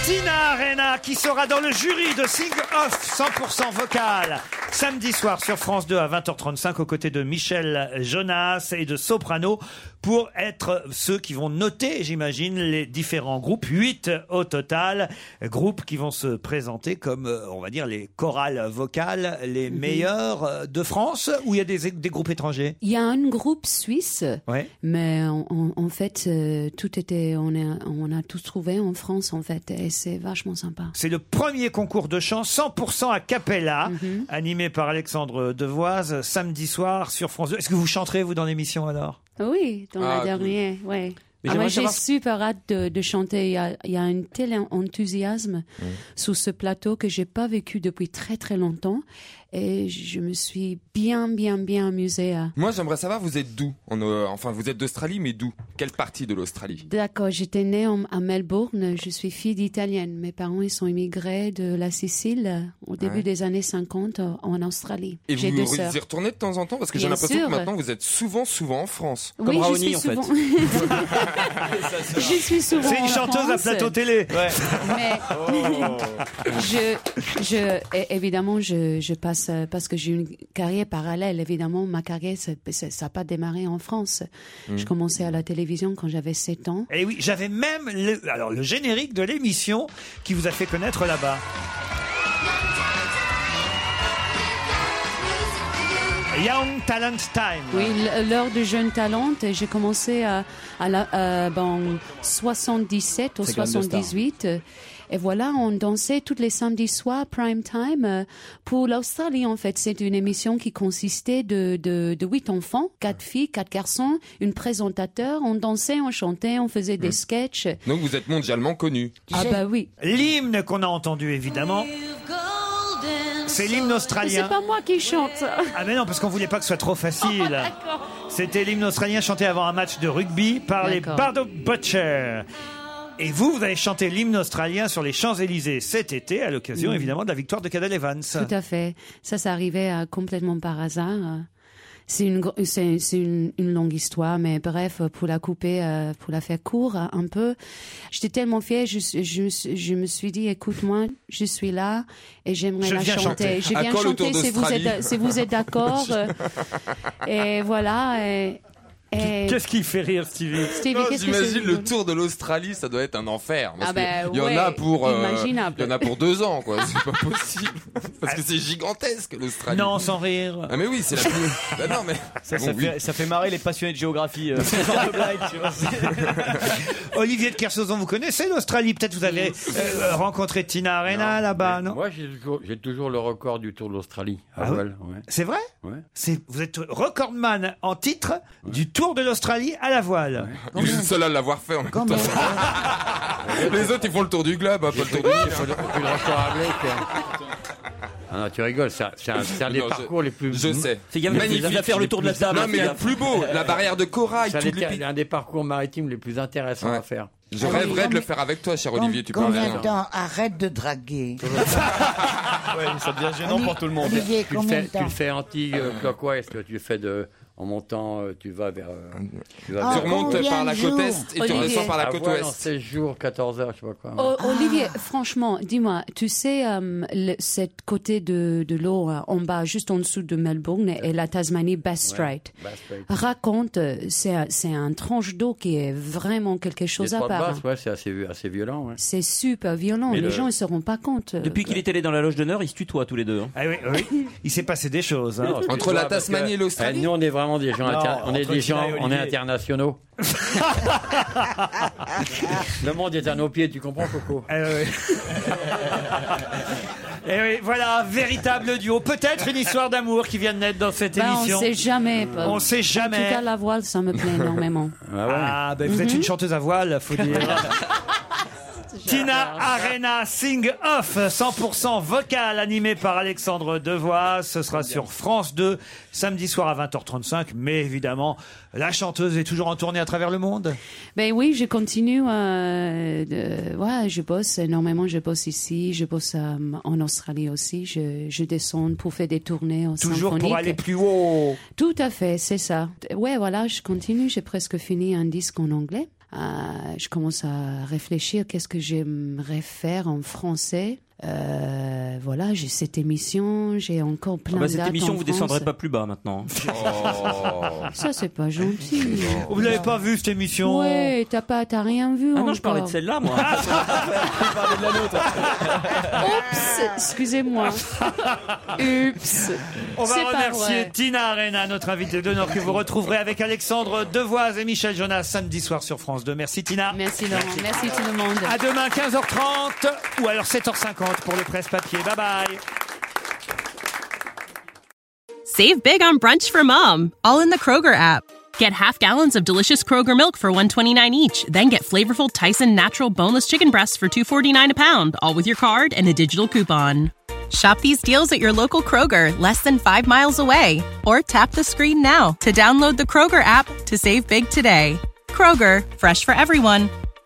Tina Arena qui sera dans le jury de Sing Off 100% vocal samedi soir sur France 2 à 20h35 aux côtés de Michel Jonas et de Soprano pour être ceux qui vont noter, j'imagine, les différents groupes, 8 au total, groupes qui vont se présenter comme, euh, on va dire, les chorales vocales les meilleurs euh, de France ou il y a des, des groupes étrangers
Il y a un groupe suisse,
Ouais.
mais en, en- en fait, euh, tout était, on a, on a tous trouvé en France en fait, et c'est vachement sympa.
C'est le premier concours de chant 100% a cappella,
Mhm.
animé par Alexandre Devoise, samedi soir sur France 2. Est-ce que vous chanterez, vous, dans l'émission alors
Oui, dans
Ah,
la
cool.
dernière, ouais.
Mais
Ah, moi,
j'aimerais
j'ai
savoir-
super hâte de, de chanter. Il y a, il y a un tel en- enthousiasme
Mm.
sur ce plateau que j'ai pas vécu depuis très très longtemps, et je me suis bien bien bien amusée à.
Moi, j'aimerais savoir, vous êtes d'où En, euh, Enfin, vous êtes d'Australie, mais d'où Quelle partie de l'Australie
D'accord, j'étais née en- à Melbourne, je suis fille d'Italienne. Mes parents, ils sont immigrés de la Sicile euh, au début
Ouais.
des années 50 euh, en Australie.
Et
J'ai
vous
deux
vous
sœurs.
y retournez de temps en temps Parce que j'ai
Bien
l'impression
sûr.
que maintenant, vous êtes souvent, souvent en France.
Oui, je suis souvent. je suis souvent.
C'est une
en
chanteuse à
France.
plateau télé.
Mais
Oh.
je, je, é- évidemment, je, je passe euh, parce que j'ai une carrière parallèle. Évidemment, ma carrière, ça n'a pas démarré en France.
Mm.
Je commençais à la télévision quand j'avais 7 ans.
Et Eh oui, j'avais même le, alors, le générique de l'émission qui vous a fait connaître là-bas. Young Talent Time.
Oui, l- l'heure du jeune talent. et J'ai commencé à, à la, euh, ben, en 77 ou
C'est Grande Star.
78. euh, Et voilà, on dansait tous les samedis soirs, prime time, euh, pour l'Australie, en fait. C'est une émission qui consistait de, de, de huit enfants, quatre filles, quatre garçons, une présentateur. On dansait, on chantait, on faisait
Mm.
des sketchs.
Donc, vous êtes mondialement connu.
Ah bah oui.
L'hymne qu'on a entendu, évidemment. C'est l'hymne australien.
C'est pas moi qui chante.
Ah mais non, parce qu'on voulait pas que ce soit trop facile. C'était l'hymne australien chanté avant un match de rugby par les
D'accord.
Bardo Butcher. Et vous, vous avez chanté l'hymne australien sur les Champs-Élysées cet été, à l'occasion
Mm.
évidemment de la victoire de Cadel Evans.
Tout à fait. Ça, ça arrivait euh, complètement par hasard. C'est une, gro- c'est, c'est une, une longue histoire, mais bref, pour la couper, euh, pour la faire court euh, un peu, j'étais tellement fière, je, suis- je, suis- je me suis dit, écoute-moi, je suis là et j'aimerais
Je
la
viens chanter.
chanter. Je
À
viens
quand le
chanter
tour
si vous,
d'Australie
êtes, si vous êtes d'accord. euh, et voilà. Et, et-
Qu'est-ce
qui fait rire Stevie
Stevie, qu'est-ce que c'est
J'imagine le
rigolo
tour de l'Australie, ça doit être un enfer. Parce
Ah bah
que il y en
ouais,
a pour, euh,
imaginable.
il y en a pour deux ans, quoi. C'est pas possible. Parce que c'est gigantesque l'Australie.
Non, sans rire.
Ah mais oui, c'est la plus. bah non mais.
Ça,
Bon,
ça,
oui.
fait, ça fait marrer les passionnés de géographie. euh, ce genre de blague, tu vois.
Olivier de Kersauzon, vous connaissez l'Australie Peut-être vous avez euh, rencontré Tina Arena là-bas, non
Moi, j'ai toujours, j'ai toujours le record du Tour d'Australie à
Ah oui
voile. ouais.
C'est vrai
Ouais.
C'est- Vous êtes recordman en titre du Tour de l'Australie à la voile.
Vous êtes le seul à l'avoir fait en même temps. Les autres, ils font le tour du globe, hein, pas le tour du
Ah non, tu rigoles, ça- c'est un, c'est un des
Non, je-
parcours les plus.
je sais. Fais gaffe,
magnifiques,
il va faire le
les
tour de la
plus-
table, Non, mais fais le gaffe. plus beau, la barrière de corail,
C'est un
tout
des,
le pi-
un des parcours maritimes les plus intéressants à faire. Ah
Je rêverais de le faire avec toi, cher Olivier, tu parles.
Combien de temps Arrête de draguer.
ça devient
gênant Olivier- pour tout le monde. Olivier,
tu, le
combien
fais,
de
tu le
temps
fais anti-clockwise, tu le fais de, en montant, euh, tu vas vers. euh, Tu, vas
Ah, Tu remontes combien par la de côte jours est et tu Olivier. redescends par la
Ah,
côte
voilà,
ouest.
en 16 jours, 14 heures, je sais pas quoi.
O- Oh, Olivier, franchement, dis-moi, tu sais, euh, le- cette côté de, de l'eau euh, en bas, juste en dessous de Melbourne et la Tasmanie Bass Strait.
Bass Strait.
Raconte, euh, c'est un- c'est un tranche d'eau qui est vraiment quelque chose
Les
à
trois
part. hein.
basses, ouais, c'est assez, assez violent. ouais.
C'est super violent,
Mais
les
le-
gens ne se rendent pas compte.
Depuis qu'il est allé dans la loge d'honneur, ils se tutoient tous les deux.
Ah oui, oui. Il s'est passé des choses. hein.
Non, tu vois, parce que, euh, Nous, on est vraiment vraiment des gens,
Non,
inter- on est
entre
des
Tina
gens,
et
on est
Olivier.
internationaux. Le monde est à nos pieds, tu comprends, Coco
Eh Et Eh oui, voilà un véritable duo. Peut-être une histoire d'amour qui vient de naître dans cette
Bah, on
émission.
sait jamais. Paul.
On sait jamais.
En tout cas, la voile, ça me plaît énormément.
Ah, ben, vous êtes
Mhm.
une chanteuse à voile, faut dire. Tina Arena Sing Off, 100% vocal, animé par Alexandre Devoise. Ce sera sur France 2, samedi soir à 20h35. Mais évidemment, la chanteuse est toujours en tournée à travers le monde.
Ben oui, je continue. euh, de- ouais, je bosse énormément. Je bosse ici, je bosse euh, en Australie aussi. Je, je descends pour faire des tournées en
Toujours pour
symphonique.
aller plus haut.
Tout à fait, c'est ça. Ouais, voilà, je continue. J'ai presque fini un disque en anglais. Euh, je commence à réfléchir qu'est-ce que j'aimerais faire en français. Euh, voilà, j'ai cette émission, j'ai encore plein
Ah
de
bah, cette émission, vous descendrez Ah,
descendrez
pas plus bas maintenant. hein.
Ça, c'est pas gentil.
Vous l'avez pas vu cette émission
Ouais, t'as pas, t'as rien vu.
Ah non, je parlais de
encore.
celle-là, moi. Je parlais de la nôtre.
Oups, excusez-moi. Oups.
On va
C'est pas
remercier
vrai.
Tina Arena, notre invitée d'honneur que vous retrouverez avec Alexandre Devoise et Michel Jonas samedi soir sur France 2. Merci Tina.
Merci Laurent, merci tout le monde.
À demain 15h30 ou alors 7h50 pour le presse-papier. Bye bye.
Save big on brunch for mom, all in the Kroger app. Get half gallons of delicious Kroger milk for 129 each, then get flavorful Tyson natural boneless chicken breasts for 249 a pound, all with your card and a digital coupon. Shop these deals at your local Kroger, less than 5 miles away, or tap the screen now to download the Kroger app to save big today. Kroger, fresh for everyone.